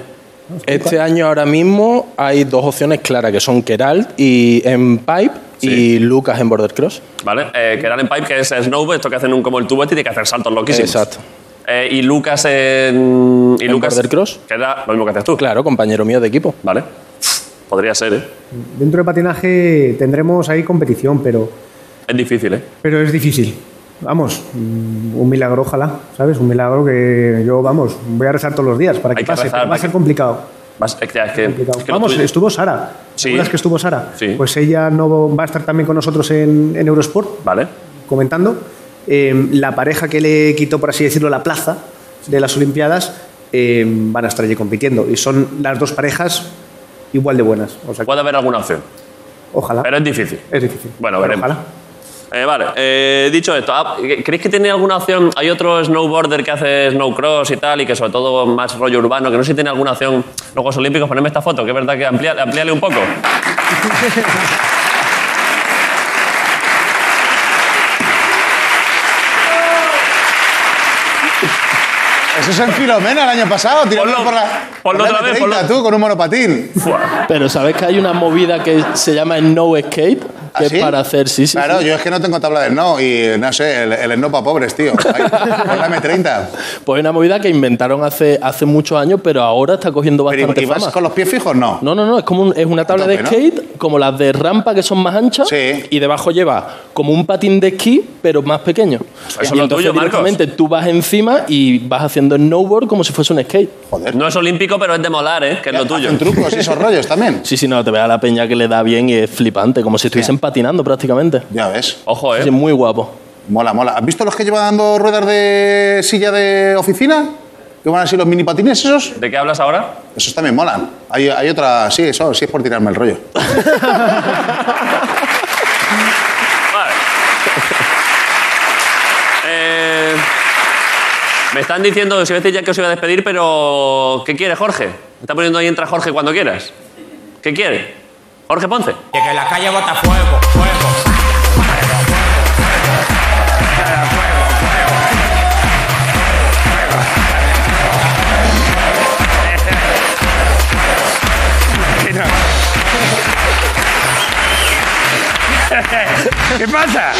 [SPEAKER 14] Este año ahora mismo hay dos opciones claras, que son Keralt y en Pipe y Lucas en Border Cross.
[SPEAKER 13] Ah,
[SPEAKER 1] Vale, eh, Keral en Pipe, que es Snowboard, esto que hacen un, como el tubo, este, y tiene que hacer saltos loquísimos.
[SPEAKER 14] Exacto.
[SPEAKER 1] Eh, y Lucas en. Y
[SPEAKER 14] ¿En
[SPEAKER 1] Lucas,
[SPEAKER 14] Border Cross?
[SPEAKER 1] Que era lo mismo que haces tú.
[SPEAKER 14] Claro, compañero mío de equipo.
[SPEAKER 1] Vale. Podría ser, ¿eh?
[SPEAKER 13] Dentro de patinaje tendremos ahí competición, pero,
[SPEAKER 1] Es difícil, ¿eh?
[SPEAKER 13] pero es difícil. Vamos, mm, un milagro ojalá, ¿sabes? Un milagro que yo, vamos, voy a rezar todos los días para que,
[SPEAKER 1] Hay que
[SPEAKER 13] pase,
[SPEAKER 1] rezar,
[SPEAKER 13] pero va a
[SPEAKER 1] hay que-
[SPEAKER 13] ser complicado.
[SPEAKER 1] Vas- es que- es que- es que lo
[SPEAKER 13] Vamos,
[SPEAKER 1] tuyo-
[SPEAKER 13] estuvo Sara.
[SPEAKER 1] Sí.
[SPEAKER 13] ¿Te acuerdas que estuvo Sara?
[SPEAKER 1] Sí.
[SPEAKER 13] Pues ella no va a estar también con nosotros en, en Eurosport.
[SPEAKER 1] Vale.
[SPEAKER 13] Comentando. Eh, la pareja que le quitó, por así decirlo, la plaza de las Olimpiadas eh, van a estar allí compitiendo. Y son las dos parejas igual de buenas. O sea,
[SPEAKER 1] Puede haber alguna opción.
[SPEAKER 13] Ojalá.
[SPEAKER 1] Pero es difícil.
[SPEAKER 13] Es difícil.
[SPEAKER 1] Bueno,
[SPEAKER 13] Pero
[SPEAKER 1] veremos. Eh, vale, eh, dicho esto, ah, ¿creéis que tiene alguna opción? Hay otro snowboarder que hace snowcross y tal, y que sobre todo más rollo urbano, que no sé si tiene alguna opción. Los Juegos Olímpicos, ponedme esta foto, que es verdad que amplía- amplíale un poco.
[SPEAKER 5] Eso es en Filomena el año pasado, tirando
[SPEAKER 1] Ponlo-
[SPEAKER 5] por la.
[SPEAKER 1] ponlo
[SPEAKER 5] por la
[SPEAKER 1] otra vez,
[SPEAKER 5] M30,
[SPEAKER 1] ponlo.
[SPEAKER 5] tú, con un monopatín.
[SPEAKER 14] Pero ¿sabes que hay una movida que se llama no skate? Que
[SPEAKER 5] ¿Ah,
[SPEAKER 14] es
[SPEAKER 5] sí?
[SPEAKER 14] para hacer, sí, sí.
[SPEAKER 5] Claro,
[SPEAKER 14] sí.
[SPEAKER 5] yo es que no tengo tabla de no y no sé, el, el no para pobres, tío. Ahí, Con la M30.
[SPEAKER 14] Pues hay una movida que inventaron hace, hace muchos años, pero ahora está cogiendo
[SPEAKER 5] Pero,
[SPEAKER 14] bastante
[SPEAKER 5] ¿y vas
[SPEAKER 14] fama.
[SPEAKER 5] con los pies fijos? No.
[SPEAKER 14] No, no, no, es como un- es una tabla
[SPEAKER 1] Ah,
[SPEAKER 14] de
[SPEAKER 5] tope,
[SPEAKER 14] skate, como las de rampa que son más anchas, y debajo lleva como un patín de esquí, pero más pequeño.
[SPEAKER 1] Eso es
[SPEAKER 14] y
[SPEAKER 1] lo
[SPEAKER 14] entonces
[SPEAKER 1] tuyo, Marcos.
[SPEAKER 14] directamente tú vas encima y vas haciendo snowboard como si fuese un skate.
[SPEAKER 1] No es olímpico, pero es de molar, ¿eh? Que es lo tuyo.
[SPEAKER 5] trucos y esos rollos también.
[SPEAKER 14] Sí, sí, no, te ve a la peña que le da bien y es flipante, como si estuviesen patinando prácticamente.
[SPEAKER 5] Ya ves.
[SPEAKER 1] Ojo,
[SPEAKER 14] eh. Sí, muy guapo.
[SPEAKER 5] Mola, mola. ¿Has visto los que llevan dando ruedas de silla de oficina? ¿Que van así los mini patines esos?
[SPEAKER 1] ¿De qué hablas ahora?
[SPEAKER 5] Esos también molan. Hay, hay otra, sí, eso, sí es por tirarme el rollo.
[SPEAKER 1] Eh, me están diciendo, si decir ya que os iba a despedir, pero ¿qué quiere Jorge? Me está poniendo ahí entra Jorge cuando quieras. ¿Qué quiere? Jorge Ponce.
[SPEAKER 15] De que la calle bota fuego, fuego.
[SPEAKER 16] ¿Qué pasa?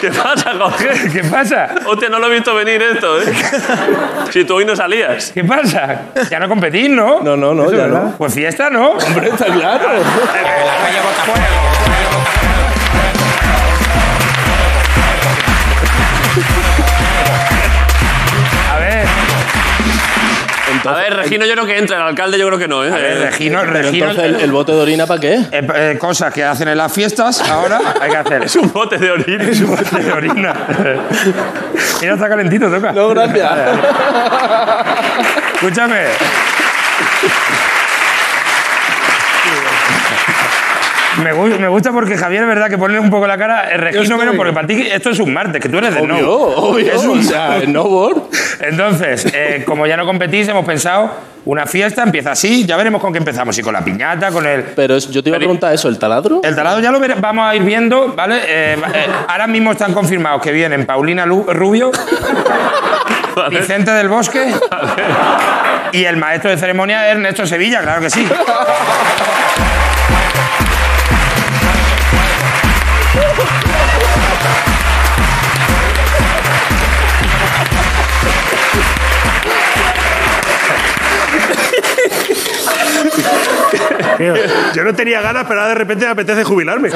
[SPEAKER 1] ¿Qué pasa, Jorge?
[SPEAKER 16] ¿Qué pasa?
[SPEAKER 1] Hostia, no lo he visto venir esto, ¿eh? si tú hoy no salías.
[SPEAKER 16] ¿Qué pasa? Ya no competís, ¿no? No,
[SPEAKER 14] no,
[SPEAKER 1] ya
[SPEAKER 16] no. Pues fiesta, ¿no? Hombre, está claro.
[SPEAKER 1] A ver. a ver, Regino, yo creo que entra. El alcalde, yo creo que no, ¿eh?
[SPEAKER 16] ver, Regino,
[SPEAKER 1] Pero
[SPEAKER 16] Regino.
[SPEAKER 1] entonces, ¿el- el
[SPEAKER 16] bote de orina para qué? cosas que hacen en las fiestas, ahora hay que hacer.
[SPEAKER 1] Es un bote de orina.
[SPEAKER 16] Es un bote de orina. Mira, está calentito, toca. No, gracias. Escúchame. Me, gu- me gusta porque Javier, es verdad que pone un poco la cara. eh, Regino, menos porque para ti esto es un martes, que tú eres de
[SPEAKER 14] Obvio,
[SPEAKER 16] no.
[SPEAKER 14] obvio, o sea, el
[SPEAKER 16] board. Entonces, eh, como ya no competís, hemos pensado una fiesta, empieza así, ya veremos con qué empezamos, si con la piñata, con el... Pero yo te iba a preguntar eso, ¿el taladro? El taladro ya lo vere- vamos a ir viendo, ¿vale? Eh, va- eh, ahora mismo están confirmados que vienen Paulina Lu- Rubio, Vicente del Bosque y el maestro de ceremonia Ernesto Sevilla, claro que sí.
[SPEAKER 6] Tío, Yo no tenía ganas, pero ahora de repente me apetece jubilarme.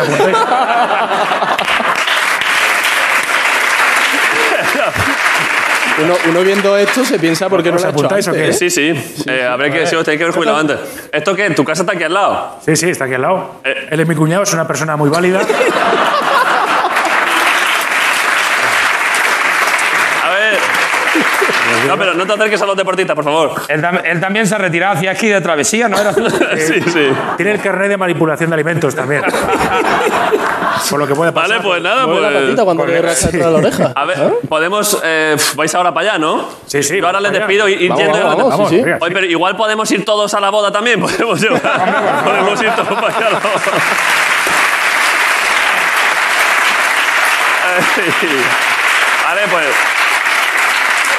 [SPEAKER 14] Uno, uno viendo esto se piensa por qué no lo ha hecho antes, ¿eh?
[SPEAKER 1] Sí, sí. Eh, habrá que, sí, os tenéis que haber jubilado antes. ¿Esto qué? ¿Tu casa está aquí al lado?
[SPEAKER 9] Sí, sí, está aquí al lado.
[SPEAKER 16] Eh.
[SPEAKER 9] Él es mi cuñado, es una persona muy válida.
[SPEAKER 1] A ver. No, pero no te acerques a los deportistas, por favor.
[SPEAKER 16] Él, tam- él también se ha retirado hacia aquí de travesía, ¿no era?
[SPEAKER 1] Sí, sí.
[SPEAKER 9] Eh, Tiene el carnet de manipulación de alimentos también. Por lo que puede pasar.
[SPEAKER 1] Vale, pues nada,
[SPEAKER 9] Mueve
[SPEAKER 1] pues.
[SPEAKER 9] la patita cuando le rasca
[SPEAKER 1] rascas
[SPEAKER 9] atrás la oreja. ¿Ah?
[SPEAKER 1] A ver, podemos. eh, pf, vais ahora para allá, ¿no? Sí, sí. Yo ahora les
[SPEAKER 9] para allá.
[SPEAKER 1] despido y y
[SPEAKER 9] Vamos,
[SPEAKER 1] yendo.
[SPEAKER 9] vamos,
[SPEAKER 1] yendo-
[SPEAKER 9] vamos, sí, sí.
[SPEAKER 1] Oye, pero igual podemos ir todos a la boda también. Podemos, llevar- podemos ir todos para allá. a la boda. Ey. Vale, pues.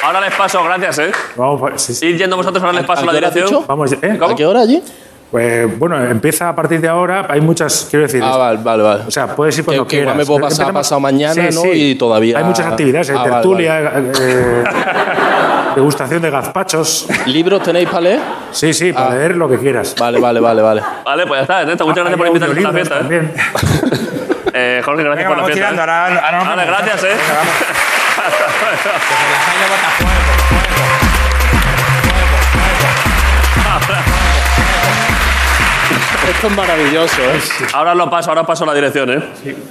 [SPEAKER 1] Ahora les paso, gracias, ¿eh?
[SPEAKER 9] Vamos, pues, sí, sí.
[SPEAKER 1] Ir yendo vosotros, ahora les paso la dirección.
[SPEAKER 9] Vamos, ¿eh? ¿A qué hora allí? Pues bueno, empieza a partir de ahora. Hay muchas, quiero decir.
[SPEAKER 14] Ah, vale, vale, vale.
[SPEAKER 9] O sea, puedes ir cuando
[SPEAKER 14] Que- que igual me
[SPEAKER 9] quieras.
[SPEAKER 14] puedo pasar
[SPEAKER 9] Empezamos-
[SPEAKER 14] pasado mañana,
[SPEAKER 9] Sí,
[SPEAKER 14] ¿no?
[SPEAKER 9] sí.
[SPEAKER 14] Y todavía-
[SPEAKER 9] Hay muchas actividades, hay
[SPEAKER 14] Ah, vale,
[SPEAKER 9] tertulia, eh, degustación de gazpachos.
[SPEAKER 14] ¿Libros tenéis para leer?
[SPEAKER 9] Sí, sí,
[SPEAKER 14] Ah.
[SPEAKER 9] para leer lo que quieras.
[SPEAKER 14] Vale, vale, vale, vale.
[SPEAKER 1] Vale, pues ya está, Ernesto. Muchas gracias por invitarnos a la fiesta. ¿eh? Eh, Jorge, gracias por
[SPEAKER 16] Venga,
[SPEAKER 1] la
[SPEAKER 16] vamos
[SPEAKER 1] fiesta. ¿eh?
[SPEAKER 16] tirando, ahora- ahora nos
[SPEAKER 1] Vale,
[SPEAKER 16] vemos.
[SPEAKER 1] gracias, ¿eh?
[SPEAKER 14] Esto es maravilloso, ¿eh?
[SPEAKER 1] Ahora lo paso, ahora paso la dirección, ¿eh?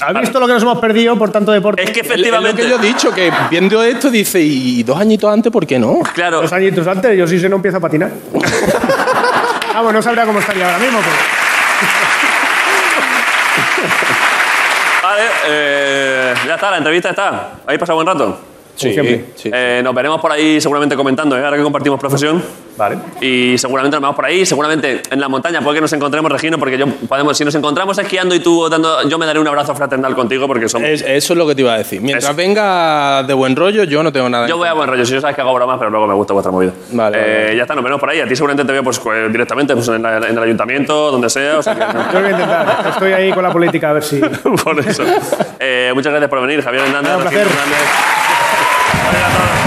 [SPEAKER 13] ¿Has visto lo que nos hemos perdido por tanto deporte?
[SPEAKER 1] Es que
[SPEAKER 14] Es lo que yo he dicho, que viendo esto dice, y dos añitos antes, ¿por qué no?
[SPEAKER 1] Claro.
[SPEAKER 13] Dos añitos antes, yo sí se no empiezo a patinar. Vamos, no sabría cómo estaría ahora mismo. pero-
[SPEAKER 1] Vale, eh, ya está, la entrevista está. ¿Habéis pasado buen rato?
[SPEAKER 14] Sí, siempre. sí.
[SPEAKER 1] Eh, nos veremos por ahí seguramente comentando, ¿eh? ahora que compartimos profesión. Vale. Y seguramente nos vemos por ahí, seguramente en la montaña, puede que nos encontremos, Regino, porque yo, podemos, si nos encontramos esquiando y tú dando, yo me daré un abrazo fraternal contigo porque somos...
[SPEAKER 14] Es- eso es lo que te iba a decir. Mientras
[SPEAKER 1] Es-
[SPEAKER 14] venga de buen rollo, yo no tengo nada.
[SPEAKER 1] Yo voy a buen rollo, si yo sabes que hago bromas, pero luego me gusta vuestra movida.
[SPEAKER 14] Vale,
[SPEAKER 1] Eh,
[SPEAKER 14] vale,
[SPEAKER 1] Ya está, nos veremos por ahí. A ti seguramente te veo pues, co- directamente pues, en, la- en el ayuntamiento, donde sea. o sea que-
[SPEAKER 13] Yo lo voy a intentar. Estoy ahí con la política a ver si.
[SPEAKER 1] por eso. Eh, muchas gracias por venir, Javier Hernández.
[SPEAKER 13] Un
[SPEAKER 1] Regino
[SPEAKER 13] placer.
[SPEAKER 1] Hernández. Hola a todos.